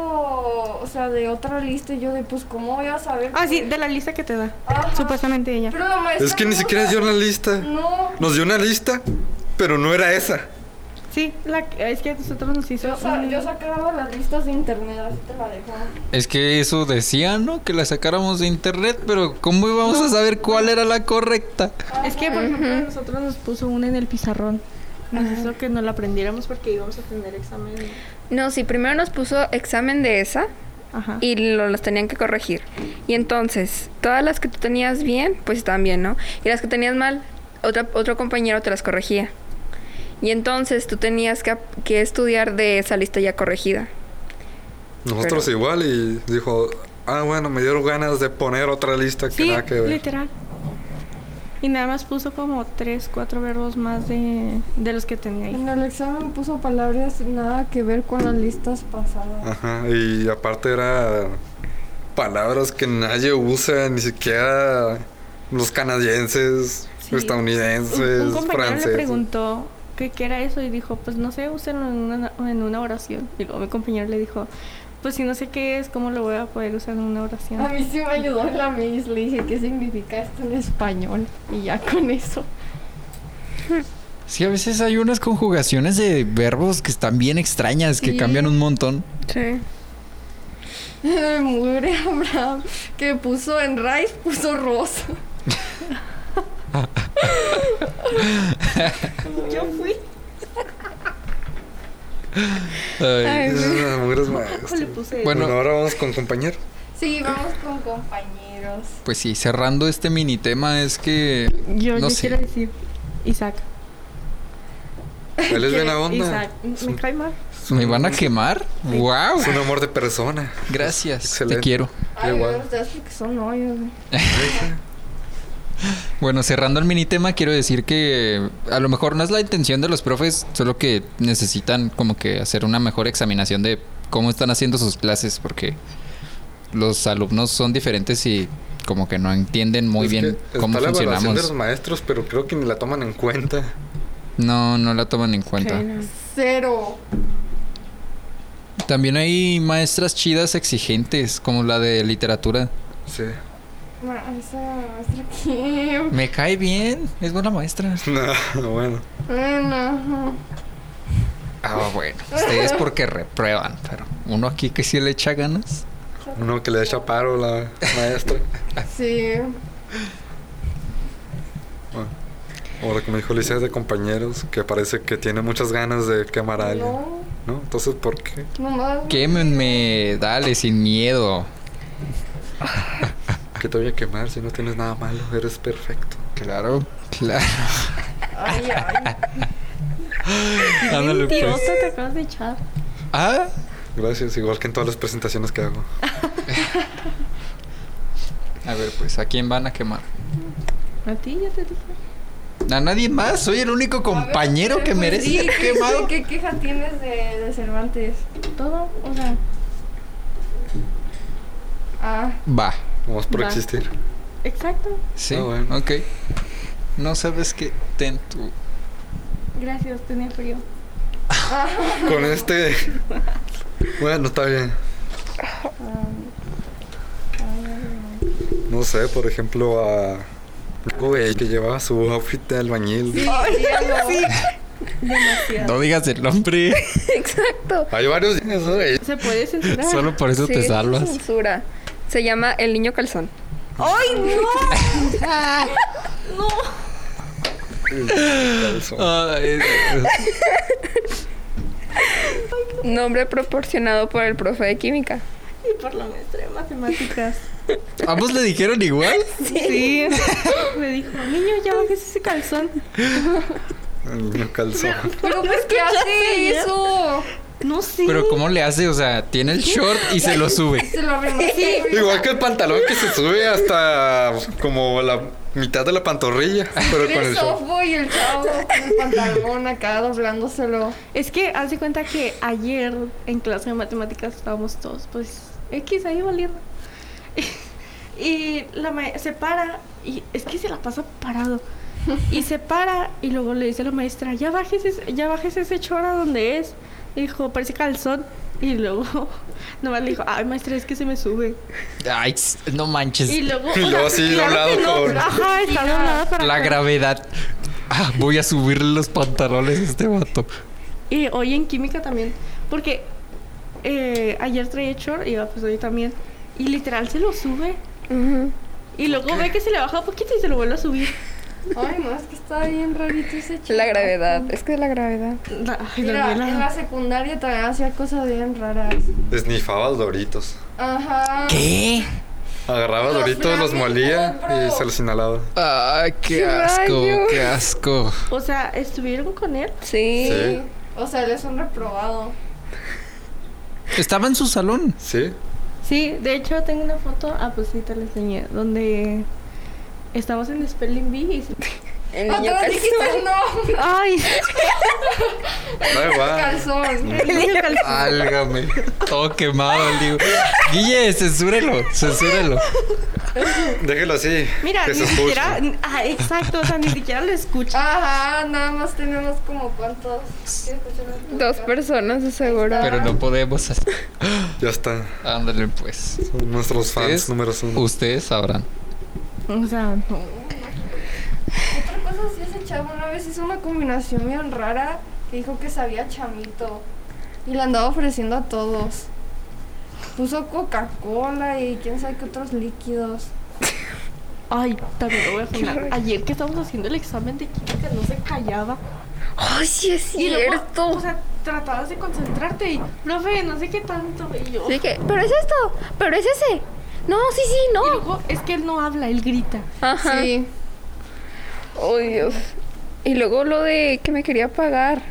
S5: o sea, de otra lista. Y yo de, pues, ¿cómo voy a saber?
S4: Ah, sí, de la lista que te da.
S5: Ajá.
S4: Supuestamente ella.
S5: Pero la maestra...
S3: Es que ni
S5: no
S3: siquiera
S5: la-
S3: dio una lista.
S5: No,
S3: Nos dio una lista, pero no era esa.
S4: Sí, la, es que a nosotros nos hizo.
S5: yo, sa-
S4: un-
S5: yo sacaba las listas de internet, así te la dejo.
S1: Es que eso decía, ¿no? Que la sacáramos de internet, pero ¿cómo íbamos a saber cuál era la correcta?
S4: Es que, por ejemplo, a nosotros nos puso una en el pizarrón. Nos hizo que no la aprendiéramos porque íbamos a tener examen.
S2: No, sí, primero nos puso examen de esa
S4: Ajá.
S2: y lo, los tenían que corregir. Y entonces, todas las que tú tenías bien, pues estaban bien, ¿no? Y las que tenías mal, otra, otro compañero te las corregía. Y entonces tú tenías que, ap- que estudiar de esa lista ya corregida.
S3: Nosotros
S2: Pero-
S3: igual y dijo, ah, bueno, me dieron ganas de poner otra lista que
S4: sí,
S3: nada que ver.
S4: literal. Y nada más puso como tres, cuatro verbos más de, de los que tenía ahí.
S5: En el examen puso palabras nada que ver con las listas pasadas.
S3: Ajá, y aparte era palabras que nadie usa, ni siquiera los canadienses,
S4: Sí.
S3: estadounidenses,
S4: un, un compañero le
S3: franceses.
S4: preguntó que qué era eso y dijo, pues no sé, úsenlo en una, en una oración. Y luego mi compañero le dijo, pues si no sé qué es, ¿cómo lo voy a poder usar en una oración?
S5: A mí sí me ayudó la Miss, le dije qué significa esto en español y ya con eso.
S1: Sí, a veces hay unas conjugaciones de verbos que están bien extrañas, que
S5: Sí.
S1: cambian un montón.
S2: Sí.
S5: El mugre Abraham que puso en rice, puso rosa.
S4: Yo fui.
S1: Ay.
S3: Ah, mugres maestros.
S4: Le puse.
S1: Bueno.
S3: Bueno, ahora vamos con compañero.
S5: Sí, vamos con compañeros.
S1: Pues sí, cerrando este mini tema es que...
S4: Yo,
S1: no
S4: yo
S1: sé.
S4: quiero decir Isaac.
S3: Él es
S4: Quiero-
S3: buena onda.
S4: Isaac. Me cae mal.
S3: Es
S1: ¿Me
S3: un-
S1: van a quemar? ¡Wow!
S3: Es un amor de persona.
S1: Gracias, te
S3: Excelente.
S1: quiero.
S5: Ay,
S3: Igual.
S5: güey, ustedes porque son hoyos. güey.
S1: Bueno, cerrando el mini tema, quiero decir que a lo mejor no es la intención de los profes, solo que necesitan como que hacer una mejor examinación de cómo están haciendo sus clases, porque los alumnos son diferentes y como que no entienden muy
S3: Es
S1: bien
S3: que
S1: cómo
S3: está la evaluación de los
S1: funcionamos.
S3: maestros, pero creo que ni la toman en cuenta.
S1: No, no la toman en cuenta.
S2: Sí, no.
S5: Cero.
S1: También hay maestras chidas exigentes, como la de literatura.
S3: Sí.
S5: Bueno, esa maestra que.
S1: Me cae bien, es buena maestra.
S3: No, bueno.
S5: Bueno, ajá.
S1: Ah, bueno. Ustedes porque reprueban, pero uno aquí que sí le echa ganas.
S3: Uno que le echa paro la maestra.
S5: sí.
S3: Ahora, como dijo Alicia, es de compañeros, que parece que tiene muchas ganas de quemar a alguien.
S5: No,
S3: ¿No? Entonces, ¿por qué?
S5: nomás.
S1: Quémenme, dale, sin miedo.
S3: ¿Qué te voy a quemar si no tienes nada malo? Eres perfecto.
S1: Claro, claro.
S5: Ay, ay.
S1: Ándale,
S4: Mentiroso,
S1: pues.
S4: te acabas de echar.
S1: Ah,
S3: Gracias, igual que en todas las presentaciones que hago.
S1: a ver, pues, ¿a quién van a quemar?
S4: A ti ya te dije.
S1: A nadie más, soy el único compañero que
S5: Pues
S1: merece
S5: sí,
S1: ser quemado.
S5: ¿Qué queja tienes de, de Cervantes?
S4: Todo, o sea.
S5: Ah,
S1: Va,
S3: Vamos por
S4: Va.
S3: existir.
S4: Exacto.
S1: sí,
S3: Ah, bueno.
S1: ok. No sabes qué, ten tu...
S4: Gracias, tenía frío.
S3: Con este. Bueno, está bien. No sé, por ejemplo, a. Güey, que llevaba su outfit de albañil.
S5: Ah.
S1: No digas el nombre.
S2: Exacto.
S3: Hay varios días, güey.
S4: ¿Se puede censurar?
S1: Solo por eso
S2: Sí,
S1: te
S2: es
S1: salvas.
S2: Censura. Se llama El Niño Calzón.
S3: Calzón.
S1: Ay,
S2: Nombre proporcionado por el profe de química.
S4: Y por la maestra de matemáticas.
S1: ¿Ambos le dijeron igual?
S4: Sí. Me dijo, niño, ya bajes ese calzón.
S3: El niño calzón.
S5: pero pues, ¿qué hace eso?
S4: No, sí.
S1: Pero ¿cómo le hace? O sea, tiene el short y se lo sube.
S5: Se lo arrimó así.
S3: Igual que el pantalón que se sube hasta como la mitad de la pantorrilla, pero con
S5: El
S3: el short.
S5: sofo y el chavo con el pantalón acá doblándoselo.
S4: Es que haz de cuenta que ayer en clase de matemáticas estábamos todos, pues, X ahí valiendo. Y la ma- se para, y es que se la pasa parado. Y se para, y luego le dice a la maestra, ya bajes, ese- ya bajes ese chora donde es. Y dijo, parece calzón. Y luego, nomás le dijo, ay maestra, es que se me sube.
S1: Ay, tss, no manches.
S4: Y luego,
S3: Y
S4: o
S3: luego
S4: sea,
S3: así doblado
S4: que no,
S3: con-
S4: Ajá, está doblado para
S1: La
S4: acá.
S1: gravedad. Ah, voy a subirle los pantalones a este vato.
S4: Y hoy en química también. Porque eh, ayer traía short y pues hoy también. Y literal se lo sube. Y luego ve que se le baja un poquito y se lo vuelve a subir.
S5: Ay, no, es que está bien rarito ese chico.
S2: La gravedad. Es que es la gravedad.
S4: La- ay,
S5: Mira,
S4: Daniela.
S5: en la secundaria también hacía cosas bien raras.
S3: Esnifaba doritos.
S5: Ajá.
S1: ¿Qué?
S3: Agarraba
S5: Los
S3: doritos, los
S5: Flamin'
S3: molía y
S5: Go Pro.
S3: se los inhalaba.
S1: Ay, qué
S2: ¡Qué
S1: asco,
S2: rayos!
S1: qué asco.
S4: O sea, estuvieron con él.
S2: Sí.
S3: Sí.
S5: O sea, él es un reprobado.
S1: Estaba en su salón.
S3: Sí.
S4: Sí, de hecho tengo una foto. Ah, pues sí, te la enseñé. Donde estamos en Spelling Bee. Y se-
S2: El niño
S5: Otra vez Ah, dijiste
S2: calzón.
S5: no.
S4: ¡Ay!
S3: Da igual.
S5: Calzón.
S4: el niño calzón.
S1: Álgame. Todo quemado, el digo. Guille, censúrelo, censúrelo.
S3: Déjelo así.
S4: Mira,
S3: que
S4: ni
S3: se
S4: siquiera.
S3: escuche.
S4: Ah, exacto. O sea, ni siquiera lo escucha.
S5: Ajá, nada más tenemos como cuántos. ¿Quieres escuchar las
S2: Dos
S5: públicas?
S2: personas de seguro.
S1: Pero no podemos. hacer-
S3: Ya está.
S1: Ándale, pues.
S3: Son nuestros fans
S1: ¿Ustedes?
S3: números uno.
S1: Ustedes sabrán.
S4: O sea, no.
S5: cosas así ese chavo. Una vez hizo una combinación bien rara que dijo que sabía a chamito. Y le andaba ofreciendo a todos. Puso Coca-Cola y quién sabe qué otros líquidos.
S4: Ay, también lo voy a sonar. Ayer que estábamos haciendo el examen de química, no se callaba.
S2: ¡Ay, sí es
S4: Y luego,
S2: cierto!
S4: o sea, tratabas de concentrarte y, profe, no sé qué tanto. Y yo,
S2: Así que, pero es esto, pero es ese. No, sí, sí, no.
S4: Y luego, es que él no habla, él grita.
S2: Ajá.
S5: Sí.
S2: Oh, Dios. Y luego lo de que me quería pagar.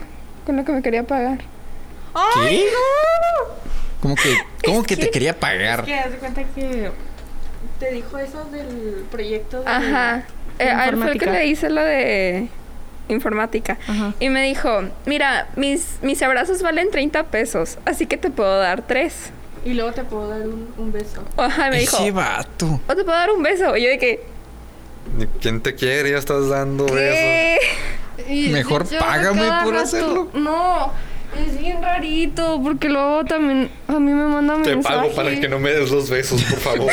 S2: Con lo que me quería pagar.
S4: ¡Ay, no!
S1: Como que, como que te quería pagar.
S4: Que haz de cuenta que te dijo eso del proyecto de...
S2: Ajá. Eh, a él fue el que
S4: Informática.
S2: le hice lo de informática.
S4: Ajá.
S2: Y me dijo, mira, mis, mis abrazos valen 30 pesos, así que te puedo dar tres.
S4: Y luego te puedo dar un, un beso.
S2: Ajá, y me dijo,
S1: Ese vato.
S2: o te puedo dar un beso. Y yo de que,
S3: Ni ¿Quién te quiere? Ya estás dando besos.
S2: ¿qué?
S5: Y
S1: Mejor
S5: de hecho, a
S1: págame
S5: cada
S1: por hacerlo.
S5: No, es bien rarito, porque luego también a mí me manda
S3: Te
S5: mensajes.
S3: pago para que no me des los besos, por favor.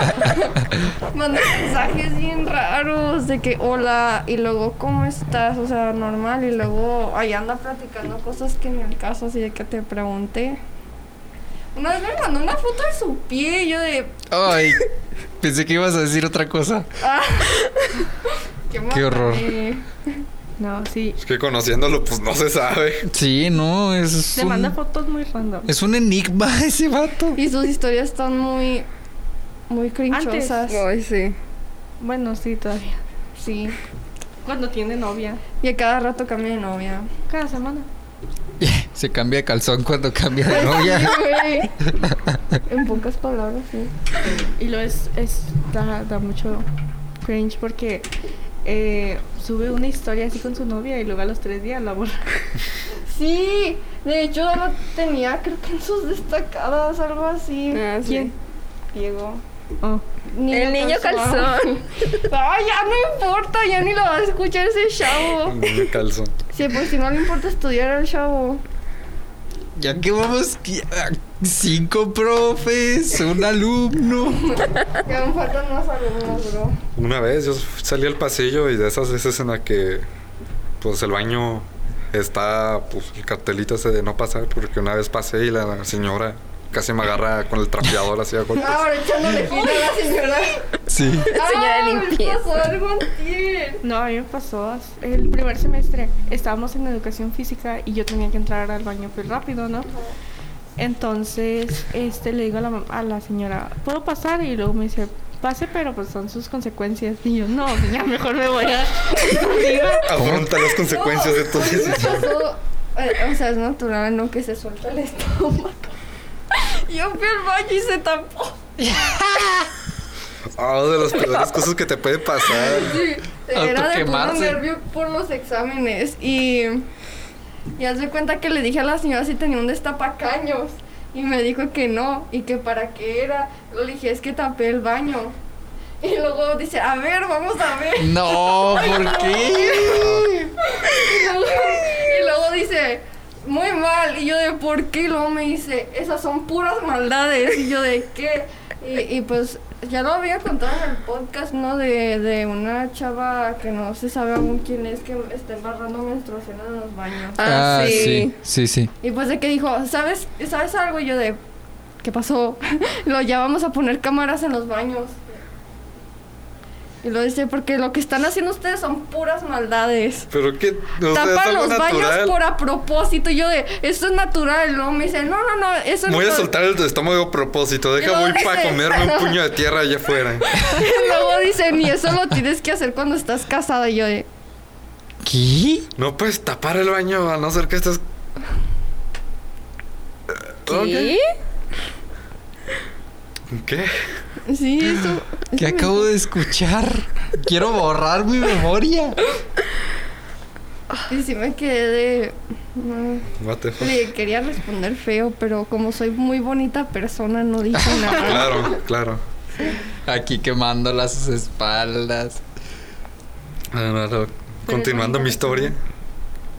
S5: Manda mensajes bien raros de que hola y luego cómo estás, o sea, normal y luego ahí anda platicando cosas que ni el caso, así de que te pregunté. Una vez me mandó una foto de su pie y yo de...
S1: Ay, pensé que ibas a decir otra cosa.
S5: ah,
S1: Qué horror.
S5: madre.
S4: No, sí.
S3: es que conociéndolo, pues no se sabe.
S1: Sí, no, es
S4: Te manda
S1: un,
S4: fotos muy random.
S1: es un enigma ese vato.
S5: Y sus historias están muy... Muy crinchosas.
S2: Ay, sí.
S4: Bueno, sí, todavía.
S5: Sí.
S4: Cuando tiene novia.
S5: Y a cada rato cambia de novia.
S4: Cada semana.
S1: Se cambia de calzón cuando cambia de novia.
S5: en pocas palabras, sí.
S4: Y lo es, es da, da mucho cringe porque eh, sube una historia así con su novia y luego a los tres días la borra.
S5: Sí, de hecho lo tenía creo que en sus destacadas, algo así.
S2: Ah, sí.
S5: ¿Quién? Diego.
S4: Oh.
S2: El niño calzón.
S5: Ay, ya no importa, ya ni lo va a escuchar ese chavo.
S3: No me calzo.
S5: Si por si no le importa estudiar al chavo.
S1: Ya que vamos qui- ah, cinco profes, un alumno.
S5: Que aún faltan más alumnos, bro.
S3: Una vez yo salí al pasillo y de esas veces en la que pues el baño está pues el cartelito ese de no pasar porque una vez pasé y la señora casi me agarra con el trapeador así a golpes.
S5: Ahora echándole gira a la señora.
S1: Sí.
S2: Señora de
S5: Ay, les
S2: limpieza.
S5: pasó algo antier.
S4: No, a mí me pasó el primer semestre. Estábamos en educación física y yo tenía que entrar al baño pues rápido, ¿no? Entonces, este, le digo a la, mam- a la señora, ¿puedo pasar? Y luego me dice, pase, pero pues son sus consecuencias. Y yo, no, ya mejor me voy a...
S3: Afronta las consecuencias de tus
S5: A mí me
S3: decisiones.
S5: pasó, eh, o sea, es natural, ¿no? Que se suelta el estómago. Yo fui al baño y se tapó.
S3: Ah, de las peores cosas que te puede pasar.
S5: Sí, era de puro
S1: Autoquemarse.
S5: nervio por los exámenes y y haz de cuenta que le dije a la señora si tenía un destapacaños y me dijo que no y que para qué era. Le dije es que tapé el baño y luego dice a ver vamos a ver
S1: No, ¿por qué?
S5: y luego, y luego dice muy mal y yo de por qué y luego me dice esas son puras maldades y yo de qué y, y pues ya lo había contado en el podcast no de, de una chava que no se sabe aún quién es que está embarrando menstruación en los baños
S2: Ah, sí.
S1: sí, sí.
S5: y pues de que dijo sabes sabes algo y yo de qué pasó lo ya vamos a poner cámaras en los baños y lo dice porque lo que están haciendo ustedes son puras maldades
S3: Pero que o sea, es
S5: Tapa
S3: algo
S5: los
S3: natural.
S5: baños por a propósito. Y yo de, esto es natural. Y luego me dice, no, no, no, eso no
S3: Voy a
S5: es
S3: soltar el estómago a propósito. Deja
S5: No,
S3: voy para
S5: dice-
S3: comerme un puño de tierra allá afuera.
S5: Y luego dice, ni eso lo tienes que hacer cuando estás casada. Y yo de,
S1: ¿Qué?
S3: No puedes tapar el baño a no ser que estés.
S2: ¿Qué?
S3: ¿Qué?
S5: sí, eso.
S1: ¿Qué acabo de escuchar? Quiero borrar mi memoria.
S5: Y sí me quedé de. no,
S3: What the fuck?
S5: Le quería responder feo, pero como soy muy bonita persona, no dije nada.
S3: Claro, claro.
S1: Aquí quemando las espaldas.
S3: No, no,
S2: Pues,
S3: no. Continuando mi historia,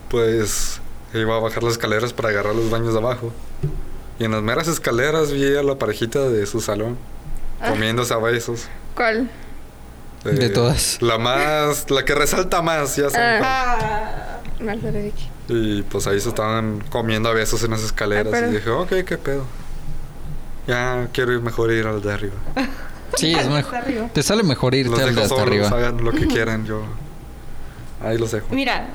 S3: pues iba a bajar las escaleras para agarrar los baños de abajo. Y en las meras
S2: Ah.
S3: escaleras vi a la parejita de su salón comiéndose a besos. Eh,
S2: ¿Cuál?
S1: De todas.
S3: La más, la que resalta más, ya saben.
S2: Ah.
S4: Ah,
S2: Marta de Vicky.
S3: Y pues ahí se estaban comiendo a besos en las escaleras.
S2: Ah, pero-
S3: Y dije, ok, qué pedo. Ya quiero ir mejor ir al de arriba.
S1: Sí, es
S4: está
S1: mejor.
S4: arriba.
S1: Te sale mejor
S3: Los
S1: irte al de
S3: dejo
S1: hasta
S3: solos,
S1: arriba.
S3: hagan lo que quieran, yo. Ahí los dejo.
S4: Mira,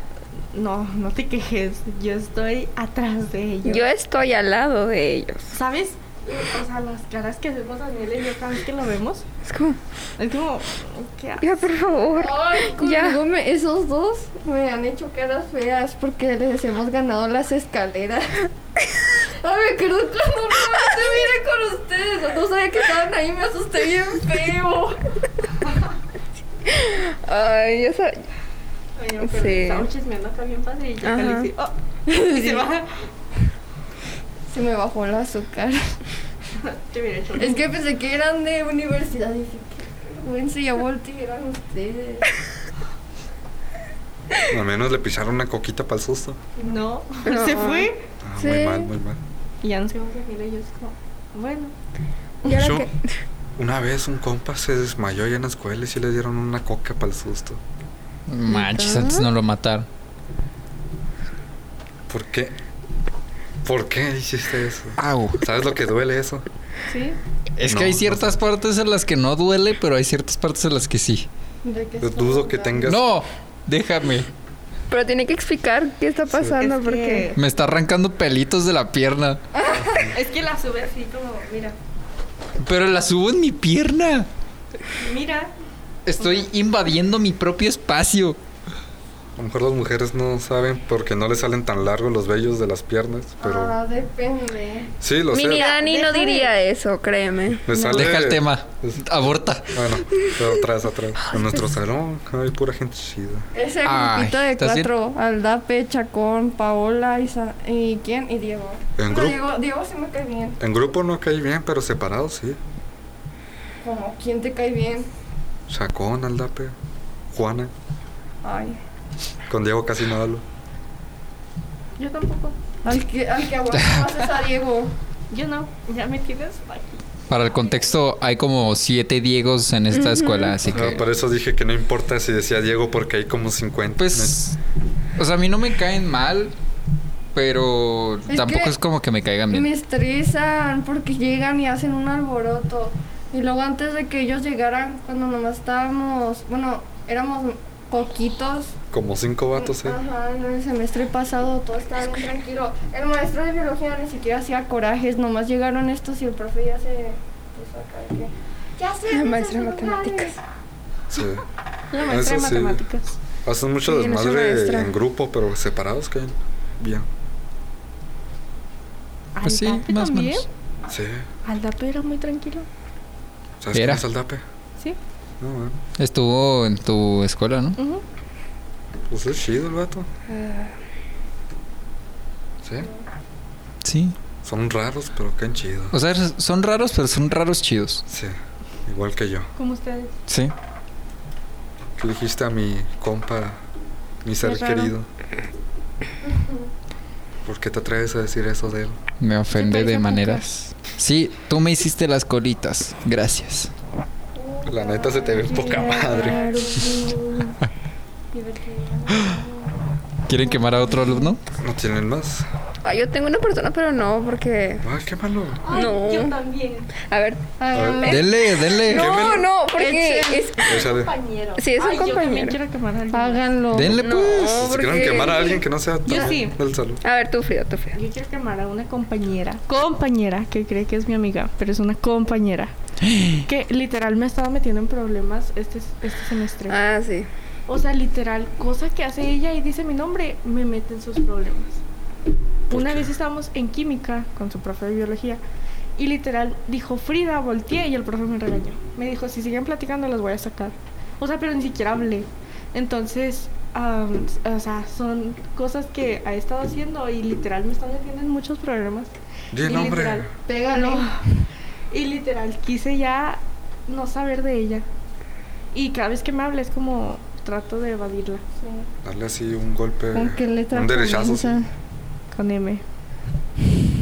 S4: no, no te quejes. Yo estoy atrás de ellos.
S2: Yo estoy al lado de ellos.
S4: ¿Sabes? O sea, las caras que hacemos Daniel y yo cada vez que lo vemos,
S2: Es como,
S4: es como, ¿qué haces?
S2: ya por favor.
S5: Ay,
S2: Ya.
S5: conmigo me- esos dos me han hecho caras feas porque les hemos ganado las escaleras. Ay, me acuerdo cuando una vez te vine con ustedes. No sabía que estaban ahí, me asusté bien feo.
S2: Ay, yo sab-
S4: Ay, no,
S2: Sí.
S4: pero Estamos chismeando acá bien padre y ya
S2: Ajá.
S4: Calixi, oh, y se va.
S5: Se me bajó el azúcar.
S4: Yo hubiera hecho lo
S5: Es que pensé que eran de universidad y dije, qué vergüenza, ya volteé y eran ustedes.
S3: Al menos le picharon una coquita para el susto.
S4: mismo. No,
S2: No.
S4: se fue.
S3: Ah,
S5: Sí.
S3: Muy mal, muy mal.
S4: Y ya nos íbamos a ir ellos como, bueno.
S2: ¿Y ahora
S3: Yo-
S2: qué?
S3: Una vez un compa se desmayó allá en la escuela y sí le dieron una coca para el susto.
S1: Manches, antes no lo mataron.
S3: ¿Por qué? ¿Por qué hiciste eso?
S1: Au.
S3: ¿Sabes lo que duele eso?
S4: Sí,
S1: Es
S3: No,
S1: que hay
S3: no
S1: ciertas partes en las que no duele, pero hay ciertas partes en las que sí.
S5: ¿De qué
S3: Yo Pues dudo que tengas.
S1: No, déjame.
S2: Pero tiene que explicar qué está pasando
S4: es,
S2: porque
S4: que,
S1: Me está arrancando pelitos de la pierna.
S4: es que la sube así como, mira,
S1: Pero la subo en mi pierna.
S4: mira.
S1: Estoy invadiendo mi propio espacio.
S3: A lo mejor las mujeres no saben porque no les salen tan largos los vellos de las piernas, pero.
S5: Ah, depende.
S3: Sí, lo sé.
S2: Mini Dani no
S4: deja de-
S2: diría eso, créeme.
S3: Les sale-
S1: Deja el tema. Aborta.
S3: Bueno, pero atrás, atrás. En
S2: pues.
S3: nuestro salón hay pura gente chida.
S5: Ese
S1: Ay,
S5: grupito de
S1: ¿estás bien?
S5: cuatro, Aldape, Chacón, Paola, Isa, ¿y quién? Y Diego.
S3: En
S5: No,
S3: grupo.
S5: Diego, Diego sí me cae bien.
S3: En grupo no cae bien, pero separados sí.
S5: Como, ¿quién te cae bien?
S3: Chacón, Aldape, Juana.
S5: Ay,
S3: Con Diego casi no hablo.
S4: Yo tampoco.
S5: al que, al que aguanta más es a Diego.
S4: Yo no. Ya me tienes aquí.
S1: Para el contexto, hay como siete Diegos en esta escuela, así
S4: Este,
S3: Ajá,
S1: que.
S3: Ah, Por eso dije que no importa si decía Diego porque hay como 50.
S1: Pues. O sea, a mí no me caen mal, pero
S5: Es
S1: tampoco
S5: que
S1: es como que me caigan
S5: Me
S1: bien.
S5: estresan porque llegan y hacen un alboroto. Y luego antes de que ellos llegaran, cuando nomás estábamos, bueno, éramos poquitos.
S3: Como cinco vatos, ¿eh?
S5: Ajá, en el semestre pasado todo estaba bien tranquilo. El maestro de biología ni siquiera hacía corajes, nomás llegaron estos y el profe ya se puso acá de que. Ya sé,
S2: La
S5: no
S2: maestra de
S5: seas
S2: matemáticas.
S3: Sí.
S4: La maestra de
S3: Eso sí.
S4: matemáticas.
S3: Hacen mucho
S2: Sí, nuestra
S3: desmadre
S2: maestra.
S3: en grupo, pero separados caen bien.
S1: Pues sí,
S4: Aldape
S1: más o
S4: también.
S1: menos.
S3: Sí.
S4: Aldape era muy tranquilo.
S3: ¿Sabes
S1: Era.
S3: quién es Aldape?
S4: Sí.
S3: No, bueno.
S1: Estuvo en tu escuela, ¿no?
S4: Ujú.
S3: Pues es chido el vato.
S4: Ah.
S3: Sí.
S1: Sí.
S3: Son raros, pero caen chido.
S1: O sea, son raros, pero son raros chidos.
S3: Sí. Igual que yo.
S4: Como ustedes.
S1: Sí.
S3: Le dijiste a mi compa, mi ser
S4: Es raro.
S3: querido. ¿Por qué te atreves a decir eso de él?
S1: Me ofende
S4: parece
S1: de
S4: a Cuca.
S1: maneras. Sí, tú me hiciste las colitas. Gracias.
S3: La neta se te ve poca madre.
S1: ¿Quieren quemar a otro alumno?
S3: ¿No tienen más?
S2: Ah, yo tengo una persona, pero no, porque.
S3: Ah, qué malo.
S4: Ay,
S2: No.
S4: Yo también.
S2: A ver.
S5: Háganle.
S1: Denle, denle.
S2: No,
S3: Quémelo.
S2: no, porque
S5: Échale.
S2: es.
S3: Échale.
S4: Compañero.
S2: Sí, es un
S4: Ay, Yo también
S2: compañero.
S4: quiero quemar a alguien.
S5: Háganlo.
S1: Denle,
S2: No,
S1: pues.
S3: Si se quieren
S2: porque-
S3: quemar a alguien que no sea
S4: Yo sí.
S3: del salón.
S2: A ver, tú frío, tú frío.
S4: Yo quiero quemar a una compañera. Compañera, que cree que es mi amiga, pero es una compañera. Que literal me estaba metiendo en problemas este, este semestre.
S2: Ah, sí.
S4: O sea, literal, cosa que hace ella y dice mi nombre, me mete en sus problemas.
S3: ¿Por
S4: Una
S3: qué?
S4: vez estábamos en química con su profe de biología y literal dijo Frida, volteé y el profe me regañó. Me dijo, si siguen platicando las voy a sacar. O sea, pero ni siquiera hablé. Entonces, am, o sea, son cosas que ha estado haciendo y literal me están metiendo en muchos problemas.
S3: Di
S4: Y
S3: nombre.
S4: literal,
S5: Pégale.
S4: no. Y literal, quise ya no saber de ella. Y cada vez que me habla es como trato de evadirla
S3: Darle así un golpe.
S5: ¿Con qué letra?
S3: Un derechazo. sí.
S5: comienza?
S4: con M.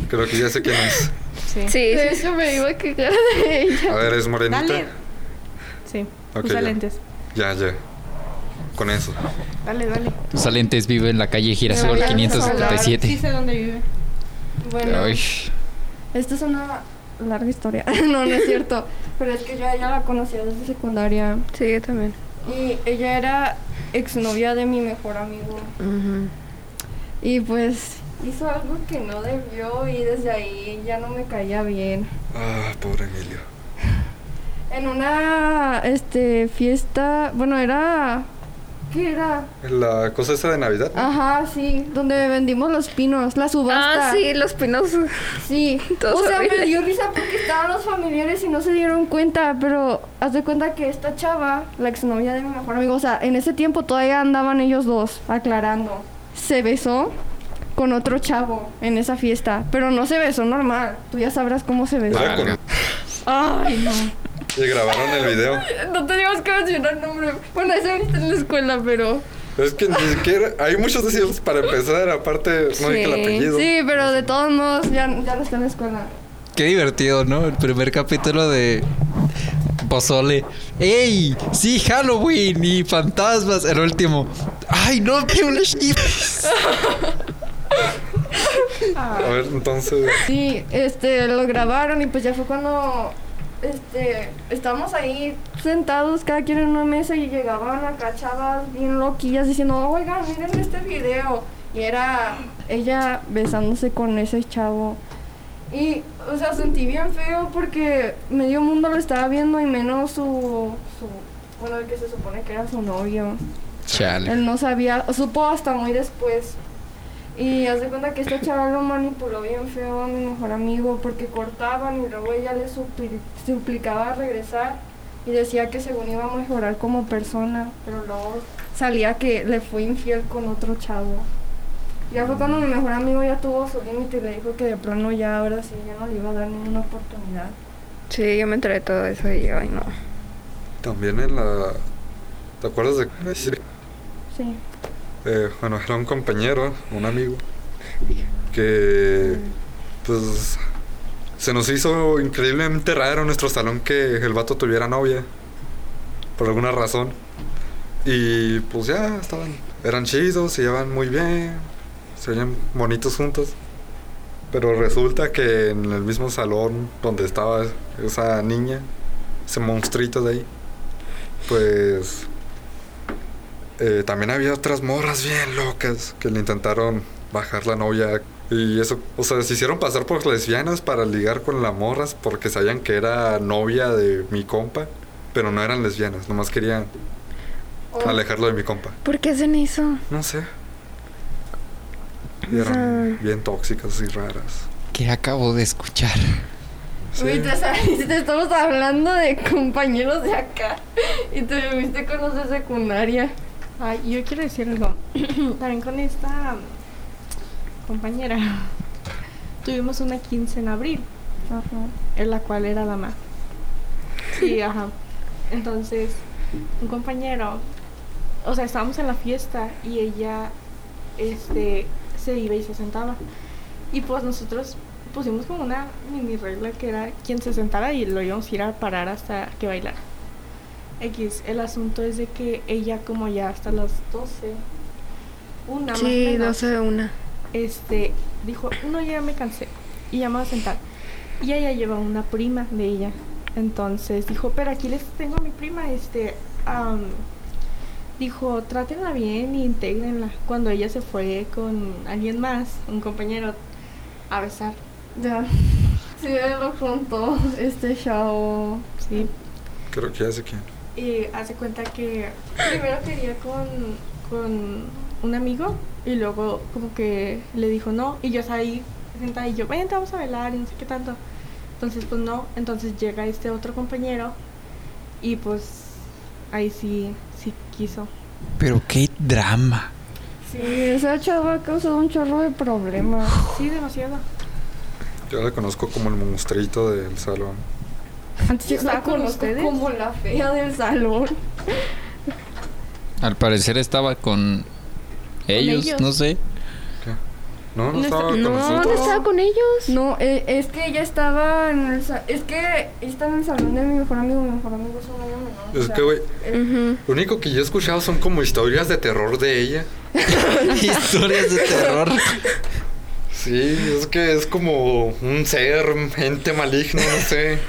S3: Creo que ya sé quién es.
S4: Sí.
S2: Sí,
S5: De
S2: sí.
S5: hecho, me iba a quejar de ella.
S3: A ver, es morenita.
S4: Dale. Sí.
S3: Ok,
S4: Usa
S3: ya.
S4: lentes.
S3: Ya, ya. Con eso.
S4: Dale, dale.
S1: Tus salientes vive en la calle Girasol
S5: Pero ya
S3: Pues,
S4: Sí
S1: 577.
S4: sé dónde vive.
S5: Bueno,
S1: Ay,
S5: esta es una larga historia. no, no es cierto. Pero es que yo a ella la conocía desde secundaria.
S2: Sí, yo también.
S5: Y ella era exnovia de mi mejor amigo. Y pues hizo algo que no debió y desde ahí ya no me caía bien.
S3: Ah, pobre Emilio.
S5: En una este fiesta, bueno, era ¿qué era?
S3: La cosa esa de Navidad.
S5: Ah. Ajá, sí, donde vendimos los pinos, la subasta.
S2: Ah, sí, los pinos.
S5: Sí,
S2: Todo
S5: o sea,
S2: horrible.
S5: me dio risa porque estaban los familiares y no se dieron cuenta, pero haz de cuenta que esta chava, la exnovia de mi mejor amigo, o sea, en ese tiempo todavía andaban ellos dos, aclarando. Se besó con otro chavo en esa fiesta, pero no se besó normal, tú ya sabrás cómo se besó.
S3: Era con-
S5: Ay, no.
S3: Y grabaron el video.
S5: No teníamos que mencionar el nombre. Bueno, ese ahorita en la escuela, pero...
S3: Es que ni siquiera. Hay muchos deseos para empezar, aparte, no hay que el
S2: Sí,
S3: apellido.
S5: Sí, pero de todos modos ya, ya no está en la escuela.
S1: qué divertido, ¿no? El primer capítulo de Pozole. ¡Ey! Sí, Halloween y fantasmas. El último. ¡Ay, no! ¡Qué un
S3: A ver, entonces.
S5: Sí, este, lo grabaron y pues ya fue cuando este, estábamos ahí sentados cada quien en una mesa y llegaban acá chavas bien loquillas diciendo, oigan, miren este video. Y era ella besándose con ese chavo. Y, o sea, sentí bien feo porque medio mundo lo estaba viendo y menos su, su bueno, el que se supone que era su novio.
S1: Chale.
S5: Él no sabía, supo hasta muy después. Y hace cuenta que esta chava lo manipuló bien feo a mi mejor amigo porque cortaban y luego ella le supli- suplicaba regresar y decía que según iba a mejorar como persona, pero luego salía que le fue infiel con otro chavo. Ya fue cuando mi mejor amigo ya tuvo su límite y le dijo que de plano ya ahora sí ya no le iba a dar ninguna oportunidad.
S2: Sí, yo me enteré de todo eso y yo, ay, no.
S3: También en la. ¿Te acuerdas de.? Sí.
S5: Sí.
S3: Eh, bueno, era un compañero, un amigo, que pues se nos hizo increíblemente raro en nuestro salón que el vato tuviera novia, por alguna razón. Y pues ya estaban, eran chidos, se llevan muy bien, se veían bonitos juntos. Pero resulta que en el mismo salón donde estaba esa niña, ese monstruito de ahí, pues eh, también había otras morras bien locas que le intentaron bajar la novia. Y eso, o sea, se hicieron pasar por lesbianas para ligar con las morras porque sabían que era novia de mi compa, pero no eran lesbianas, nomás querían alejarlo de mi compa.
S2: ¿Por qué hacen eso?
S3: No sé. Y eran bien tóxicas y raras.
S1: ¿Qué acabo de escuchar?
S3: Sí.
S5: Uy, te, saliste, estamos hablando de compañeros de acá y te viviste con los de secundaria.
S4: Ay, yo quiero decir algo. También con esta mm, compañera. Tuvimos una 15 en abril, en la cual era dama. Sí, ajá. Entonces, un compañero, o sea, estábamos en la fiesta y ella este se iba y se sentaba. Y pues nosotros pusimos como una mini regla que era quien se sentara y lo íbamos a ir a parar hasta que bailara. X, el asunto es de que ella como ya hasta las 12, una más o
S2: sí,
S4: menos,
S2: 12 de una.
S4: este, dijo, no, ya me cansé. Y ya me voy a sentar. Y ella lleva una prima de ella. Entonces dijo, pero aquí les tengo a mi prima, este, am, dijo, trátenla bien y intégrenla. Cuando ella se fue con alguien más, un compañero, a besar.
S5: Ya. Sí, él lo contó este chavo.
S4: Sí.
S3: Creo que ya sé quién.
S4: Y hace cuenta que primero quería con, con un amigo y luego como que le dijo no y yo estaba ahí sentada y yo, ven, te vamos a bailar y no sé qué tanto. Entonces pues no, entonces llega este otro compañero y pues ahí sí, sí quiso.
S1: Pero qué drama.
S5: Sí, esa chava ha causado un chorro de problemas.
S4: Sí, demasiado.
S3: Yo la conozco como el monstruito del salón.
S4: Antes yo
S5: Yo
S4: estaba
S5: la
S4: con
S5: conozco
S4: ustedes.
S5: como la fea del salón.
S1: Al parecer estaba con ellos,
S4: ellos.
S1: no sé.
S3: ¿Qué? No, no,
S4: No
S3: estaba
S4: está-
S3: con
S2: No, no
S3: nosotros.
S2: estaba con ellos.
S5: No, eh, es que ella estaba en el sa- es que está en el salón de mi mejor amigo, mi mejor amigo es un año menor. o
S3: Es
S5: sea,
S3: que, güey,
S5: eh,
S3: lo único que yo he escuchado son como historias de terror de ella.
S1: Historias de terror.
S3: Sí, es que es como un ser, ente maligno, no sé.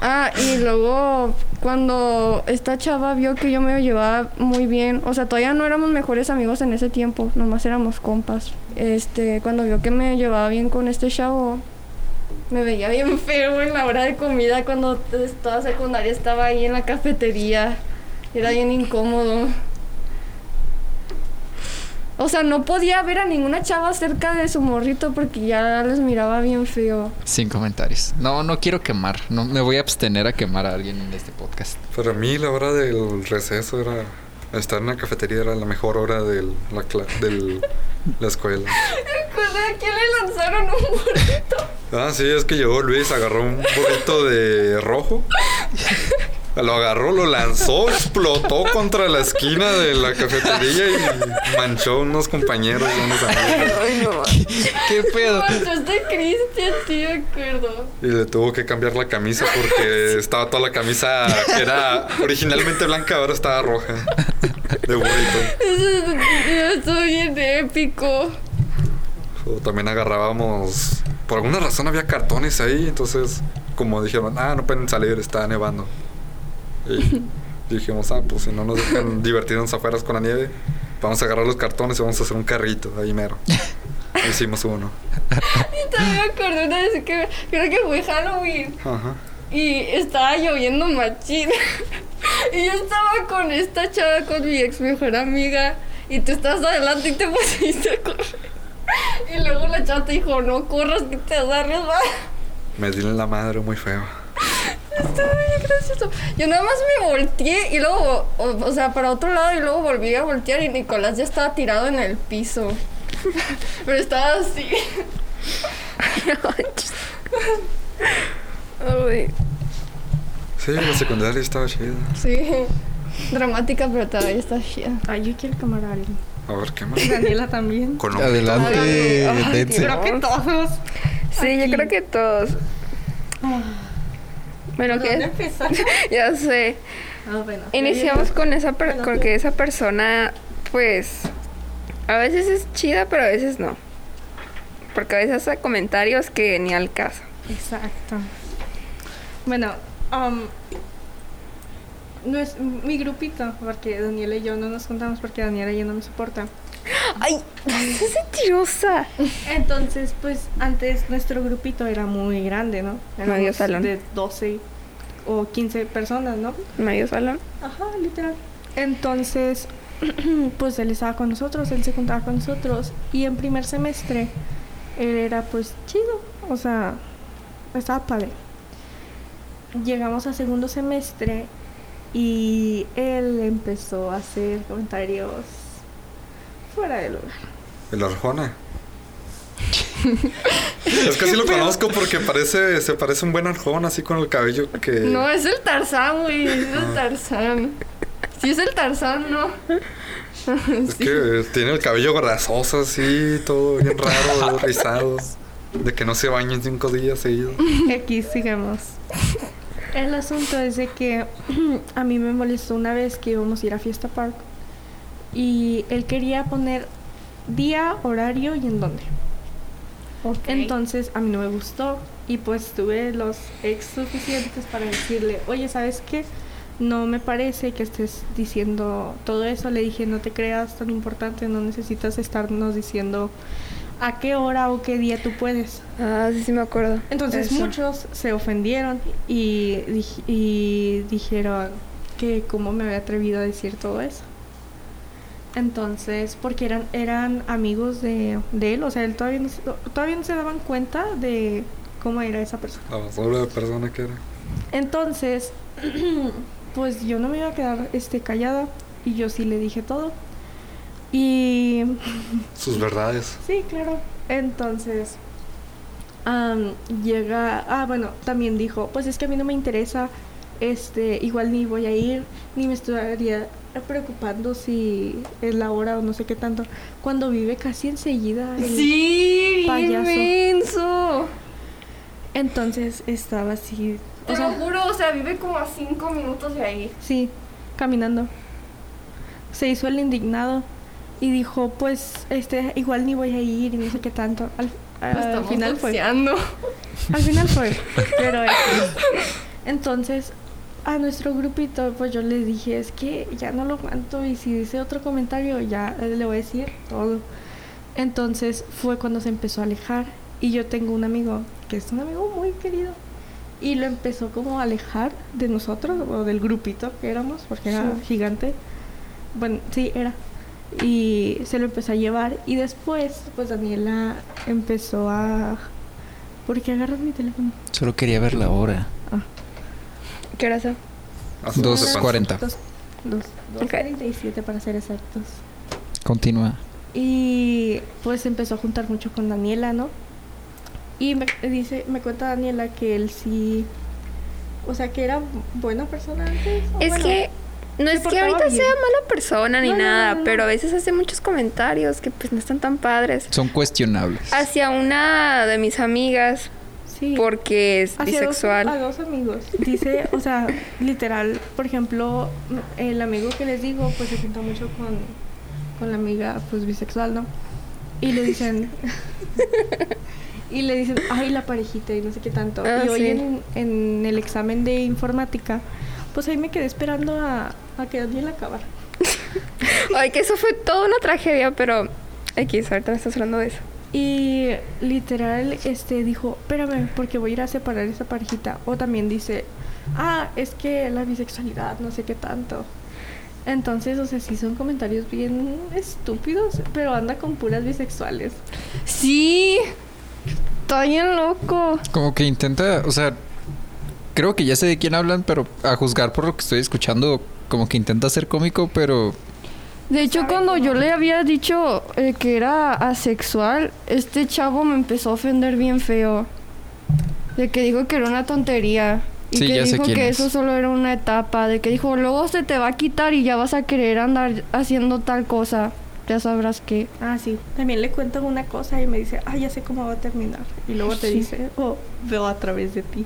S5: Ah, y luego cuando esta chava vio que yo me llevaba muy bien, o sea, todavía no éramos mejores amigos en ese tiempo, nomás éramos compas. Este, cuando vio que me llevaba bien con este chavo, me veía bien feo en la hora de comida cuando estaba secundaria, estaba ahí en la cafetería. Era bien incómodo. O sea, no podía ver a ninguna chava cerca de su morrito porque ya les miraba bien feo.
S1: Sin comentarios. No, no quiero quemar. No, me voy a abstener a quemar a alguien en este podcast.
S3: Para mí la hora del receso era... Estar en la cafetería era la mejor hora de la, cla- del- la escuela.
S5: ¿A quién le lanzaron un
S3: Ah, sí, es que llegó Luis, agarró un burrito de rojo. Lo agarró, lo lanzó, explotó contra la esquina de la cafetería y manchó unos compañeros y unos amigos.
S1: ¿Qué pedo?
S5: Cuando es de Cristian, sí, de acuerdo.
S3: Y le tuvo que cambiar la camisa porque estaba toda la camisa que era originalmente blanca, ahora estaba roja. De burrito.
S5: Eso es- estuvo bien épico.
S3: O también agarrábamos. Por alguna razón había cartones ahí, entonces, como dijeron, ah, no pueden salir, está nevando. Y dijimos, ah, pues si no nos dejan divertirnos afuera con la nieve, vamos a agarrar los cartones y vamos a hacer un carrito ahí mero. Hicimos uno.
S5: Y también me acordé una vez que creo que fue Halloween
S3: Ajá.
S5: y estaba lloviendo machín. Y yo estaba con esta chava, con mi ex mejor amiga, y tú estabas adelante y te pusiste a correr. Y luego la chava te dijo, no corras que te vas a resbalar.
S3: Me di en la madre muy feo.
S5: Estuvo bien gracioso. Yo nada más me volteé y luego, o, o sea, para otro lado y luego volví a voltear y Nicolás ya estaba tirado en el piso. Pero estaba así.
S2: Ay,
S3: Sí, la secundaria estaba chida.
S5: Sí. Dramática, pero todavía está chida.
S4: Ay, yo quiero quemar a alguien.
S3: A ver, ¿qué más?
S4: Daniela también.
S3: Con
S1: Adelante,
S5: Ay,
S1: dense.
S4: Creo que todos.
S2: Sí,
S4: Aquí.
S2: yo creo que todos. Ah. Bueno,
S4: ¿Dónde
S2: que
S4: empezar?
S2: ya sé.
S4: Ah, bueno.
S2: Iniciamos con esa per- con que esa persona, pues, a veces es chida, pero a veces no. Porque a veces hace comentarios que ni al caso.
S4: Exacto. Bueno, am, no es mi grupito, porque Daniela y yo no nos juntamos porque Daniela ya no me soporta.
S2: ¡Ay! ¡Es mentirosa!
S4: Entonces, pues antes nuestro grupito era muy grande, ¿no?
S2: Medio
S4: Éramos
S2: salón.
S4: De 12 o 15 personas, ¿no?
S2: Medio salón.
S4: Ajá, literal. Entonces, pues él estaba con nosotros, él se juntaba con nosotros y en primer semestre él era pues chido, o sea, estaba padre. Llegamos a segundo semestre y él empezó a hacer comentarios fuera de lugar.
S3: El Arjona. es que sí lo conozco porque parece, se parece un buen Arjona, así con el cabello que.
S5: No, es el Tarzán, güey. Es el Tarzán. Si es el Tarzán, no.
S3: Es que tiene el cabello grasoso así, todo bien raro, rizado. De que no se baña en cinco días seguidos.
S4: Aquí sigamos. El asunto es de que a mí me molestó una vez que íbamos a ir a Fiesta Park y él quería poner día, horario y en dónde. Entonces a mí no me gustó y pues tuve los ex suficientes para decirle, oye, ¿sabes qué? No me parece que estés diciendo todo eso. Le dije, no te creas tan importante, no necesitas estarnos diciendo a qué hora o qué día tú puedes.
S2: Ah, sí, sí me acuerdo.
S4: Entonces
S2: Eso.
S4: muchos se ofendieron y, dij- y dijeron que cómo me había atrevido a decir todo eso. Entonces, porque eran, eran amigos de, de él, o sea, él todavía no, se- todavía no se daban cuenta de cómo era esa persona.
S3: La basura de persona que era.
S4: Entonces, pues yo no me iba a quedar este, callada y yo sí le dije todo. Y
S3: Sus verdades.
S4: Sí, claro. Entonces, am, llega, ah, bueno, también dijo, pues es que a mí no me interesa este, igual ni voy a ir, ni me estaría preocupando si es la hora o no sé qué tanto, cuando vive casi enseguida. el-
S5: Sí,
S4: Payaso.
S5: inmenso.
S4: Entonces estaba así,
S5: Te
S4: o
S5: lo
S4: sea,
S5: juro, o sea, vive como a cinco minutos de ahí.
S4: sí, caminando. Se hizo el indignado y dijo, pues, este, igual ni voy a ir y no sé qué tanto. Al, al
S5: Pues estamos
S4: final fue.
S5: boxeando.
S4: Al final fue, pero X. entonces a nuestro grupito pues yo les dije es que ya no lo aguanto y si dice otro comentario ya eh, le voy a decir todo. Entonces fue cuando se empezó a alejar y yo tengo un amigo que es un amigo muy querido y lo empezó como a alejar de nosotros o del grupito que éramos porque era
S5: Sí.
S4: gigante. Bueno, sí, era. Y se lo empezó a llevar y después pues Daniela empezó a... ¿Por qué agarras mi teléfono?
S1: Solo quería ver la hora.
S2: ¿Qué hora son?
S3: Hasta
S1: Dos
S3: donde pasa.
S1: cuarenta.
S4: 2.47 para ser exactos.
S1: Continúa.
S4: Y pues empezó a juntar mucho con Daniela, ¿no? Y me dice, me cuenta Daniela que él sí, o sea, que era buena persona antes. o
S2: Es
S4: bueno,
S2: que no
S4: se
S2: es que
S4: portaba
S2: ahorita
S4: bien.
S2: sea mala persona ni
S4: No, no, no,
S2: nada,
S4: no, no.
S2: pero a veces hace muchos comentarios que pues no están tan padres.
S1: Son cuestionables.
S2: Hacia una de mis amigas
S4: sí.
S2: porque es
S4: Hacia dos- a
S2: bisexual.
S4: dos amigos. Dice, o sea, literal, por ejemplo, m- el amigo que les digo, pues se junta mucho con, con la amiga, pues bisexual, ¿no? Y le dicen. y le dicen, ay, la parejita y no sé qué tanto.
S2: Ah,
S4: y hoy
S2: sí.
S4: en, en el examen de informática, pues ahí me quedé esperando a, a que Daniel acabara.
S2: Ay, que eso fue toda una tragedia, pero X, ahorita me estás hablando de eso.
S4: Y literal, este dijo, espérame, porque voy a ir a separar esa parejita. O también dice, ah, es que la bisexualidad, no sé qué tanto. Entonces, o sea, sí son comentarios bien estúpidos, pero anda con puras bisexuales.
S5: Sí. Está bien loco.
S1: Como que intenta, o sea, creo que ya sé de quién hablan, pero a juzgar por lo que estoy escuchando, como que intenta ser cómico, pero
S5: De hecho, cuando yo le había dicho eh, que era asexual, este chavo me empezó a ofender bien feo. De que dijo que era una tontería. Y
S1: Sí,
S5: que
S1: ya sé
S5: dijo
S1: quién
S5: que
S1: es.
S5: eso solo era una etapa. De que dijo, luego se te va a quitar y ya vas a querer andar haciendo tal cosa. Ya sabrás qué.
S4: Ah, sí. También le cuento una cosa y me dice, ah, ya sé cómo va a terminar. Y luego te
S5: Sí.
S4: dice, oh, veo a través de ti.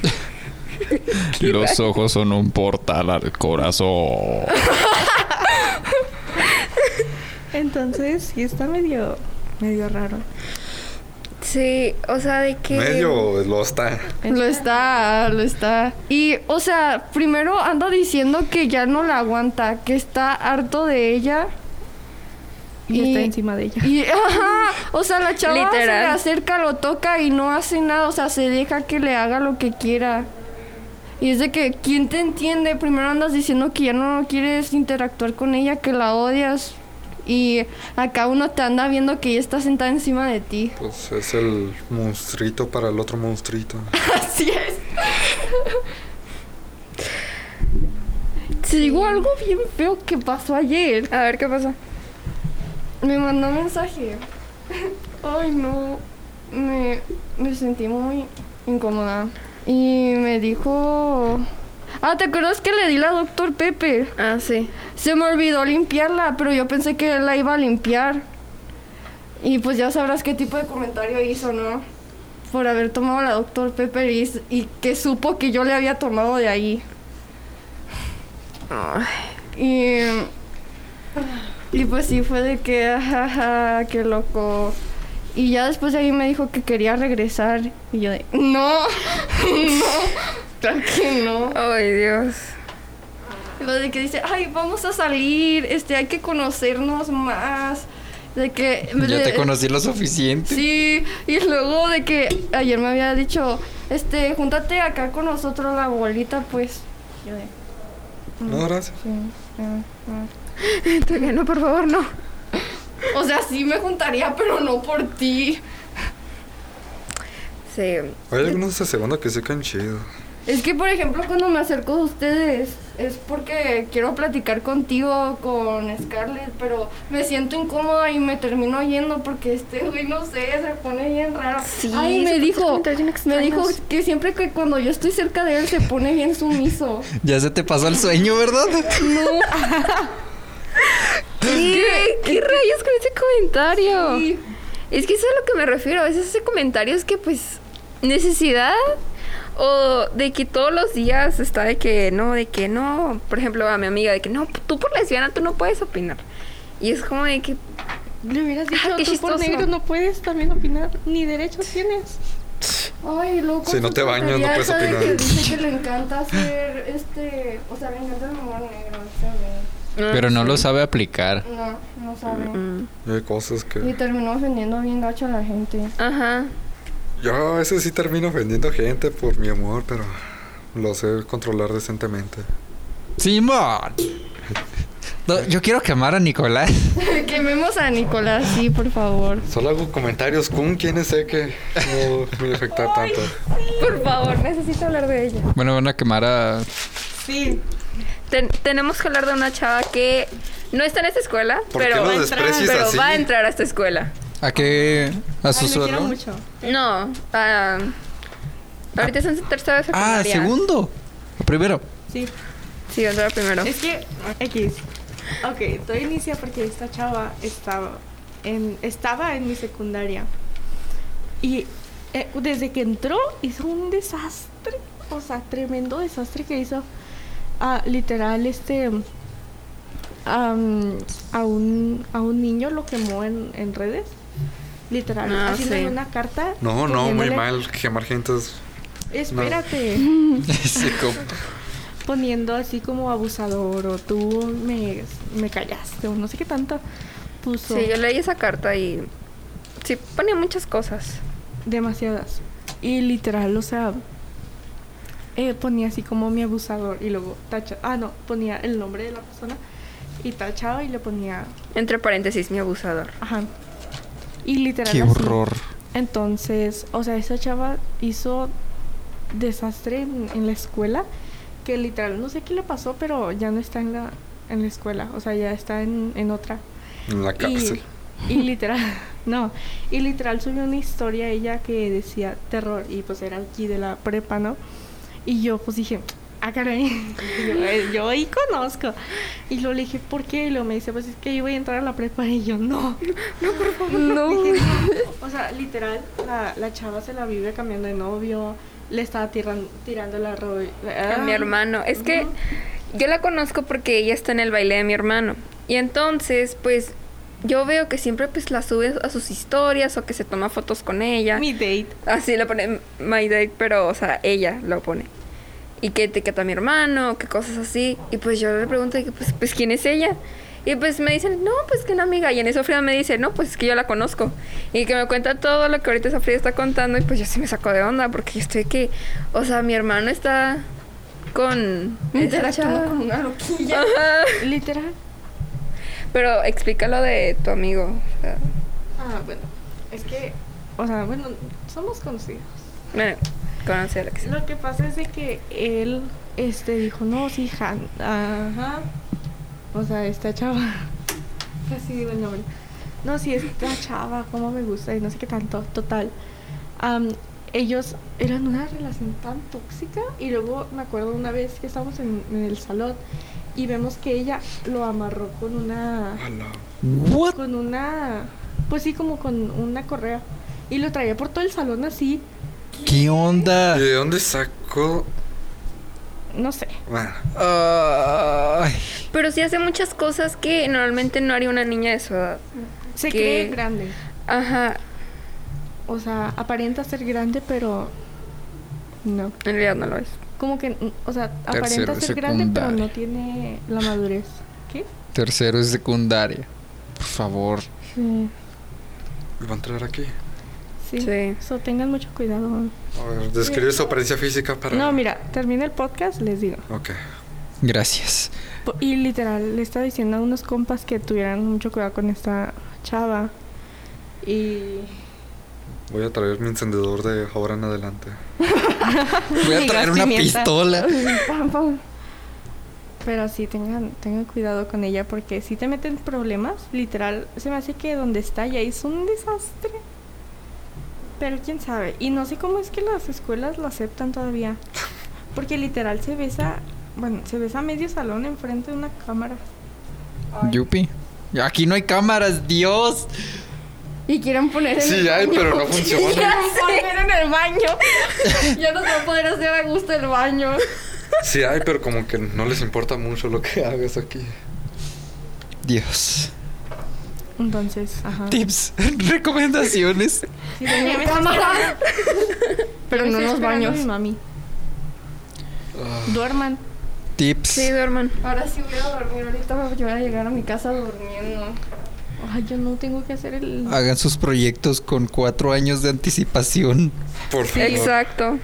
S6: Los ojos son un portal al corazón.
S4: Entonces, sí está medio, medio raro.
S2: Sí, o sea, de que...
S3: Medio lo está.
S5: Lo está, lo está. Y, o sea, primero anda diciendo que ya no la aguanta, que está harto de ella.
S4: Y, está
S5: Y-
S4: encima de ella.
S5: Y, ajá, o sea, la chava se le
S2: Literal.
S5: acerca, lo toca y no hace nada, o sea, se deja que le haga lo que quiera. Y es de que, ¿quién te entiende? Primero andas diciendo que ya no quieres interactuar con ella, que la odias. Y acá uno te anda viendo que ella está sentada encima de ti.
S3: Pues es el monstruito para el otro monstruito.
S5: Así es. Te digo algo bien feo que pasó ayer.
S2: A ver qué pasó.
S5: Me mandó un mensaje. Ay, no. Me, me sentí muy incómoda. Y me dijo... Ah, ¿te acuerdas que le di la doctor Pepe?
S2: Ah, sí.
S5: Se me olvidó limpiarla, pero yo pensé que él la iba a limpiar. Y pues ya sabrás qué tipo de comentario hizo, ¿no? Por haber tomado la Dr. Pepper y, y que supo que yo le había tomado de ahí. Y, y pues sí, fue de que, ajaja, qué loco. Y ya después de ahí me dijo que quería regresar. Y yo de, no, no, claro que no.
S2: Ay, Dios.
S5: Lo de que dice, ay, vamos a salir, este, hay que conocernos más. De que...
S1: ya
S5: de-
S1: te conocí lo suficiente.
S5: Sí, y luego de que ayer me había dicho, este, júntate acá con nosotros la abuelita, pues. Yo de,
S3: No, gracias.
S5: sí, ah, ah.
S2: Todavía no, por favor, no.
S5: O sea, sí me juntaría, pero no por ti.
S2: Sí.
S3: Hay algunos de segunda que se caen chido.
S5: Es que, por ejemplo, cuando me acerco a ustedes, es porque quiero platicar contigo, con Scarlett, pero me siento incómoda y me termino yendo porque este güey, no sé, se pone bien raro.
S2: Sí,
S5: Ay, me
S2: se puso
S5: dijo,
S2: comentarios bien
S5: me dijo
S2: extraños.
S5: que siempre que cuando yo estoy cerca de él se pone bien sumiso.
S1: Ya se te pasó el sueño, ¿verdad?
S2: ¿Qué, ¿Qué rayos con ese comentario?
S5: Sí.
S2: Es que eso es a lo que me refiero. A veces ese comentario es que, pues, necesidad o de que todos los días está de que no, de que no. Por ejemplo, a mi amiga, de que no, tú por lesbiana tú no puedes opinar. Y es como de que,
S4: Le hubieras dicho,
S2: qué
S4: tú
S2: chistoso.
S4: por negro no puedes también opinar, ni derechos tienes.
S5: Ay, loco.
S3: Si no te bañas, no puedes
S5: Que
S3: opinar.
S5: dice que le encanta hacer este. O sea, le encanta el humor negro. este,
S6: Pero
S2: ah,
S6: no lo sabe aplicar.
S5: No, no sabe.
S3: Mm.
S2: mm,
S3: Y hay cosas que...
S5: Y terminó ofendiendo bien gacho a la gente.
S2: ajá,
S3: Yo a veces sí termino ofendiendo gente por mi humor, pero lo sé controlar decentemente.
S1: Simón. No, yo quiero quemar a Nicolás.
S5: Quememos a Nicolás, sí, por favor.
S3: Solo hago comentarios con quienes sé que no me afecta tanto.
S2: por favor, necesito hablar de ella.
S6: Bueno, van a quemar a.
S4: Sí.
S2: Ten- tenemos que hablar de una chava que no está en esta escuela,
S3: ¿Por qué
S2: pero,
S3: lo
S4: va a entrar,
S3: desprecias
S2: pero
S3: así?
S2: va a entrar a esta escuela.
S1: ¿A qué? ¿A
S4: Ay,
S1: su
S4: lo quiero
S1: suelo?
S4: mucho.
S2: No, ah, ahorita está en tercera de
S1: Ah,
S2: secundaria.
S1: segundo. O primero.
S4: Sí.
S2: Sí, entró primero.
S4: Es que, X. Ok, todo inicia porque esta chava estaba en, estaba en mi secundaria. Y eh, desde que entró hizo un desastre. O sea, tremendo desastre que hizo. Ah, literal, este. am, a, un, a un niño lo quemó en, en redes. Literal,
S2: Ah,
S4: haciéndole
S2: sí.
S4: una carta.
S3: No, no, muy
S4: poniéndole-
S3: mal. Quemar gente es...
S4: Espérate.
S1: Sí, como-
S4: poniendo así como abusador o tú me, me callaste o no sé qué tanto pues puso
S2: Sí, yo leí esa carta y sí ponía muchas cosas.
S4: demasiadas y literal o sea eh, ponía así como mi abusador y luego tachaba ah no ponía el nombre de la persona y tachaba y le ponía
S2: Entre paréntesis, mi abusador.
S4: ajá y literal
S1: Qué
S4: así.
S1: horror.
S4: Entonces, o sea, esa chava hizo desastre en, en la escuela, que literal no sé qué le pasó, pero ya no está en la, en la escuela, o sea, ya está en, en otra.
S3: En la
S4: Y,
S3: cárcel.
S4: y literal, no, y literal subió una historia ella que decía terror, y pues era aquí de la prepa, ¿no? Y yo pues dije, ah, caray, yo, eh, yo ahí conozco. Y luego le dije, ¿por qué? Y luego me dice, pues es que yo voy a entrar a la prepa, y yo, no.
S2: No.
S4: Dije, no. O sea, literal, la, la chava se la vive cambiando de novio, le estaba tiran- tirando la ah, ropa.
S2: A mi hermano. Es que yo la conozco porque ella está en el baile de mi hermano. Y entonces, pues, yo veo que siempre pues la sube a sus historias o que se toma fotos con ella.
S4: Mi date.
S2: Así lo pone My Date, pero, o sea, ella lo pone. Y que etiqueta a mi hermano, que cosas así. Y pues yo le pregunto, de que, pues, pues, ¿quién es ella? Y pues me dicen, no, pues que una amiga. Y en eso Frida me dice, no, pues es que yo la conozco. Y que me cuenta todo lo que ahorita esa Frida está contando. Y pues yo sí me saco de onda, porque yo estoy que, o sea, mi hermano está con. esa
S5: Interactuando
S2: chava.
S5: con una loquilla.
S2: Ajá.
S4: Literal.
S2: Pero explícalo de tu amigo. o sea,
S4: Ah, bueno, es que, o sea, bueno, somos conocidos.
S2: bueno, conoce a la que sea.
S4: Lo que pasa es de que él este, dijo, no, sí, hija, ajá. O sea, esta chava. Casi digo el nombre. No, sí, esta chava, cómo me gusta y no sé qué tanto. Total. Am, ellos eran una relación tan tóxica y luego me acuerdo una vez que estábamos en, en el salón y vemos que ella lo amarró con una
S3: Ala.
S1: What?
S4: con una pues sí como con una correa y lo traía por todo el salón así
S1: ¿Qué onda?
S3: ¿Y de dónde sacó?
S4: no sé
S3: Bueno,
S1: Ay.
S2: Pero sí hace muchas cosas que normalmente no haría una niña de su edad.
S4: se
S2: ¿Qué?
S4: cree grande
S2: Ajá,
S4: o sea aparenta ser grande pero no
S2: en realidad no lo es.
S4: como que mm, o sea
S6: Tercero
S4: aparenta
S6: de
S4: ser grande pero
S6: secundaria.
S4: no tiene la madurez qué
S6: Tercero es secundaria. Por favor.
S4: sí
S3: ¿va a entrar aquí?
S4: sí,
S2: Sí.
S4: So, tengan mucho cuidado
S3: A ver, describe su apariencia física para...
S4: no mira termina el podcast les digo
S3: Ok.
S1: Gracias.
S4: Po- Y literal, le estaba diciendo a unos compas que tuvieran mucho cuidado con esta chava. Y
S3: Voy a traer mi encendedor de ahora en adelante.
S1: Voy a
S4: Y
S1: traer
S4: gas
S1: una
S4: pimienta.
S1: pistola.
S4: Pam, pam. Pero sí, tengan, tengan cuidado con ella porque si te meten problemas, literal, se me hace que donde está ya es un desastre. Pero quién sabe. Y no sé cómo es que las escuelas lo aceptan todavía. Porque literal se besa, bueno, se besa medio salón enfrente de una cámara.
S1: Yupi. Aquí no hay cámaras, Dios.
S5: Y quieren poner en el baño.
S3: funciona.
S5: Poner en el baño. ya no se va a poder hacer a gusto el baño.
S3: Sí hay, pero como que no les importa mucho lo que hagas aquí.
S1: Dios.
S4: Entonces, ajá.
S1: Tips, recomendaciones.
S4: Sí, tenía meses-
S5: Cámara. Pero
S4: meses
S5: no en los
S4: esperando a
S5: baños.
S4: mi mami.
S3: Ah,
S4: Duerman.
S1: Tips.
S2: Sí, duerman.
S5: Ahora sí voy a dormir. Ahorita yo voy a llegar a mi casa durmiendo.
S4: Ay, yo no tengo que hacer el...
S1: Hagan sus proyectos con cuatro años de anticipación.
S3: por favor.
S2: Exacto.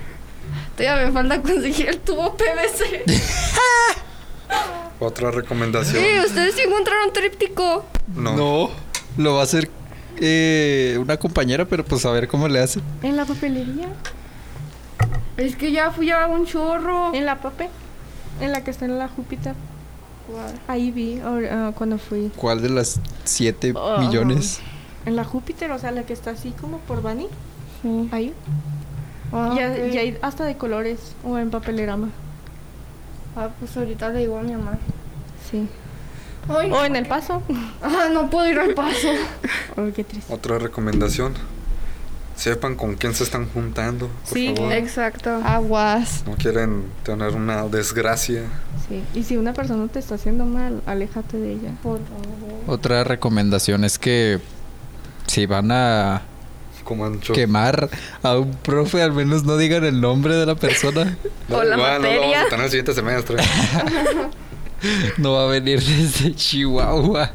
S5: Todavía me falta conseguir el tubo PVC.
S3: Otra recomendación.
S5: Sí, ustedes sí encontraron tríptico.
S3: No.
S1: Lo va a hacer eh, una compañera, pero pues a ver cómo le hace.
S4: En la papelería.
S5: Es que ya fui a un chorro.
S4: En la papel. En la que está en la Júpiter. Ahí vi or- ah, cuando fui.
S1: ¿Cuál de las siete
S4: Ah,
S1: millones?
S4: En la Júpiter, o sea, la que está así como por Bani.
S5: Sí.
S4: Ahí.
S5: Ah,
S4: ya,
S5: ok.
S4: ya hay hasta de colores o en papelerama.
S5: Ah, pues ahorita le digo a mi mamá.
S4: Sí.
S5: Ay,
S4: O en el paso.
S5: ah, no puedo ir al paso.
S4: Ay, Oh, qué triste.
S3: Otra recomendación. Sepan con quién se están juntando, por
S5: Sí,
S3: favor.
S5: exacto.
S4: Aguas.
S3: No quieren tener una desgracia.
S4: Sí. Y si una persona te está haciendo mal, aléjate de ella.
S5: Por favor.
S6: Otra recomendación es que si van a
S3: Como ancho.
S1: Quemar a un profe, al menos no digan el nombre de la persona.
S3: Da
S2: O la
S3: igual, No lo vamos
S2: materia.
S3: a tener el siguiente semestre.
S1: No va a venir desde Chihuahua.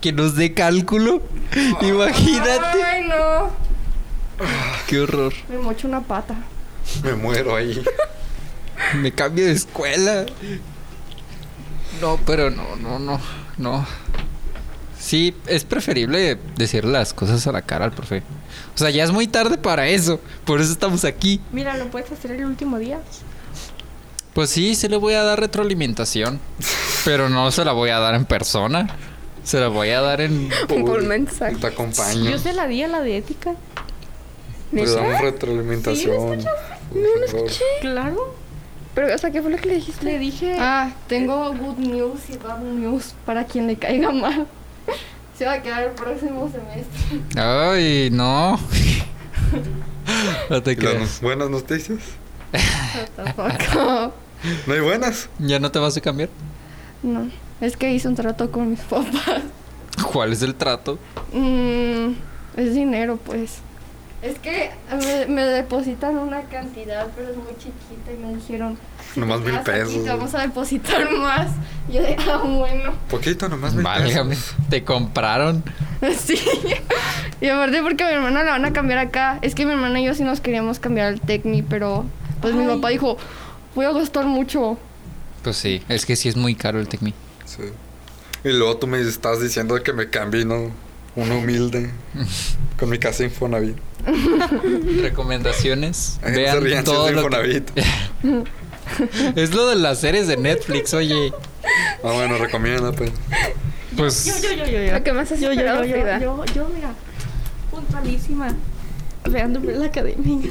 S1: Que nos dé cálculo. Imagínate.
S5: Ay, no.
S1: Qué horror.
S5: Me mocho una pata.
S3: Me muero ahí.
S1: Me cambio de escuela. No, pero no, no, no, no. Sí, es preferible decir las cosas a la cara al profe. O sea, ya es muy tarde para eso. Por eso estamos aquí.
S4: Mira, lo puedes hacer el último día.
S6: Pues sí, se le voy a dar retroalimentación.
S1: Pero no se la voy a dar en persona. Se la voy a dar en...
S2: Por
S3: Uy,
S2: mensaje.
S3: Te acompaño.
S4: Yo se la di a la de ética.
S3: Le damos retroalimentación. no lo escuché.
S4: Claro.
S2: Pero, o sea, ¿qué fue lo que le dijiste?
S4: Le dije.
S5: Ah, tengo good news y bad news para quien le caiga mal. Se va a quedar el próximo semestre.
S1: Ay, no. No te creas.
S3: buenas noticias.
S5: Tampoco.
S3: No hay buenas.
S1: ¿Ya no te vas a cambiar?
S5: No, es que hice un trato con mis papás.
S1: ¿Cuál es el trato?
S5: Mm, es dinero, pues. Es que me, me depositan una cantidad, pero es muy chiquita y me dijeron... si
S3: Nomás
S5: te
S3: mil
S5: quedas aquí,
S3: pesos.
S5: te vamos a depositar más. Y yo de, ah, bueno.
S3: Poquito nomás. mil
S1: Válgame.
S3: pesos.
S1: Te compraron.
S5: Sí. Y aparte porque a mi hermana la van a cambiar acá. Es que mi hermana y yo sí nos queríamos cambiar al Tecni, pero pues mi
S4: Ay.
S5: papá dijo, voy a gastar mucho.
S6: Pues sí, es que sí es muy caro el Tecmi.
S3: Sí. Y luego tú me estás diciendo que me cambie, ¿no? Uno humilde. con mi casa Infonavit.
S1: Recomendaciones.
S3: Eh, se rían
S1: Vean
S3: si es
S1: todo
S3: de
S1: lo que-
S3: Infonavit.
S1: Es lo de las series de Netflix, oye.
S3: Ah, bueno, recomienda, pues.
S4: Yo,
S1: Pues
S4: yo, yo, yo. yo.
S2: Lo que más has
S4: Yo, yo,
S2: esperado,
S4: yo, yo,
S2: Frida.
S4: yo, yo, mira, puntualísima. Vean la academia.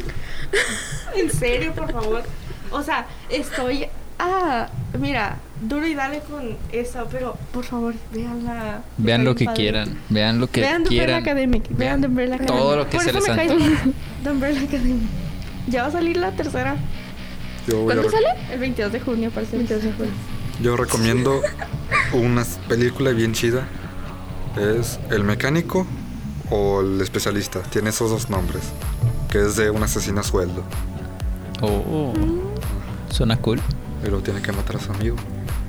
S4: en serio, por favor. O sea, estoy. Ah, mira, duro y dale con eso, pero por favor, veanla.
S6: Vean lo que
S4: Padre.
S6: quieran, vean lo que
S4: vean The Umbrella
S6: quieran.
S4: Academic. Vean The Umbrella Academic.
S6: todo lo que
S4: por
S6: se
S4: eso
S6: les
S4: me caes bien, The Umbrella Academic. Ya va a salir la tercera.
S3: Yo voy a
S2: ¿Cuándo
S3: re-
S2: sale?
S4: El 22 de junio, parece. 22 de junio.
S3: Yo recomiendo una s- película bien chida. Es El Mecánico o El Especialista. Tiene esos dos nombres. Que es de un asesino a sueldo.
S6: Oh, suena cool.
S3: Pero tiene que matar a su amigo.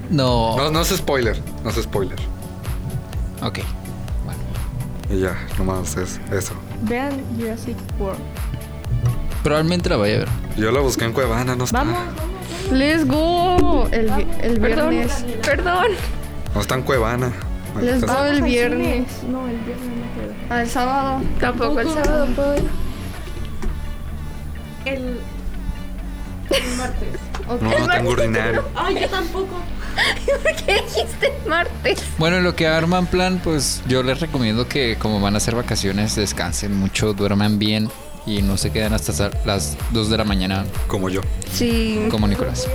S6: No.
S3: No, no es spoiler. No es spoiler.
S6: Ok.
S3: Y ya, nomás es eso.
S4: Vean Jurassic World.
S6: Probablemente la vaya a ver.
S3: Yo la busqué en Cuevana, no está.
S4: Vamos.
S5: Let's go. El, vi- el
S2: Perdón,
S5: viernes.
S2: perdón.
S3: No está en Cuevana. Ahí
S5: Les
S3: está.
S5: doy el
S4: Al cine.
S5: viernes.
S4: No, el viernes no puedo.
S5: Al sábado.
S2: Tampoco el sábado puedo ir.
S4: El, el martes.
S5: Ok.
S3: No, no tengo ordinario.
S4: Ay, yo tampoco.
S2: ¿Qué dijiste martes?
S1: Bueno, en lo que arman plan, pues yo les recomiendo que como van a hacer vacaciones, descansen mucho, duerman bien y no se queden hasta sa- las 2 de la mañana
S3: Como yo.
S2: Sí.
S1: como Nicolás.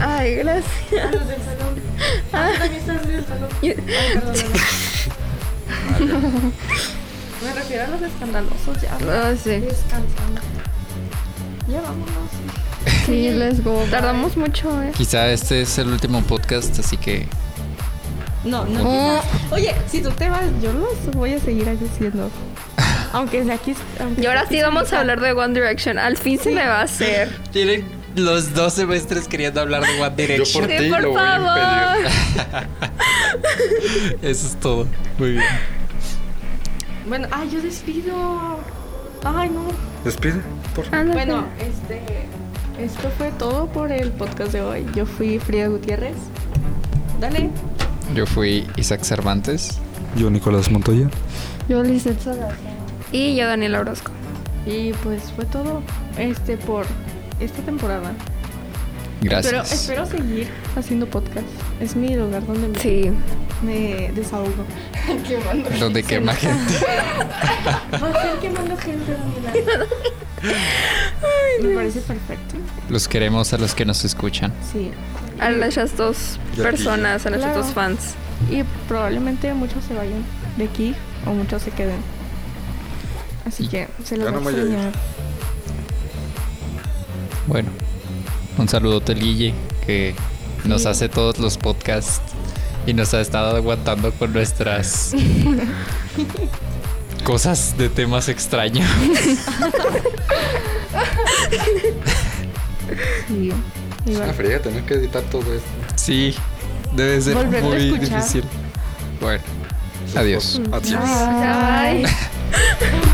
S2: Ay, gracias.
S4: A los del salón. Ah, tú también estás en el salón. Ay, perdón, perdón.
S5: Me refiero a los escandalosos ya.
S2: Ah, sí.
S5: Descansando.
S4: Ya vámonos.
S2: Sí, let's go. Tardamos mucho, eh.
S1: Quizá este es el último podcast, así que
S4: No, no.
S2: Oh.
S4: quizás. Oye, si tú te vas, yo los voy a seguir haciendo. Aunque de aquí. aunque
S2: Y ahora
S4: sea aquí
S2: sí vamos a
S4: solita.
S2: hablar de One Direction. Al fin se me va a hacer.
S1: tienen los dos semestres queriendo hablar de One
S3: Yo
S1: Direction.
S3: por
S2: Sí,
S3: ti
S2: por
S3: lo voy a
S2: favor.
S3: impedir.
S1: Eso es todo. Muy bien.
S4: Bueno, ay, yo despido. Ay, no.
S3: Despide, por favor.
S2: Ándate.
S4: Bueno, este. Esto fue todo por el podcast de hoy. Yo fui Frida Gutiérrez. Dale.
S1: Yo fui Isaac Cervantes.
S3: Yo, Nicolás Montoya.
S2: yo Lizeth Y yo Daniel Orozco.
S4: Y pues fue todo. Este por esta temporada. Pero
S1: Gracias.
S4: espero seguir haciendo podcast. Es mi lugar donde me,
S2: Sí.
S4: me desahogo.
S5: Quemando.
S1: Donde quema gente.
S4: Va a ser quemando gente Daniela. Me parece perfecto.
S1: Los queremos a los que nos escuchan.
S4: Sí.
S2: A las dos
S3: Y a ti.
S2: personas, a las
S4: Claro.
S2: dos fans.
S4: Y probablemente muchos se vayan de aquí o muchos se queden. Así que se los
S3: Ya
S4: va
S3: no
S4: a
S3: me voy a ir.
S4: extrañar.
S1: Bueno, un saludo a Lille, que nos
S4: Sí.
S1: hace todos los podcasts y nos ha estado aguantando con nuestras cosas de temas extraños.
S4: Sí. Y
S3: Es
S4: va-
S3: una friega tener que editar todo esto.
S1: Sí, debe ser
S4: Volverlo a
S1: muy
S4: escuchar.
S1: difícil. Mm. Bueno, adiós.
S3: Adiós.
S2: Bye.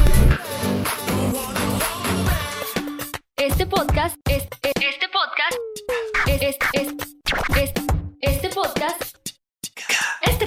S7: Este podcast es, es- este podcast es, es- es- es- este podcast este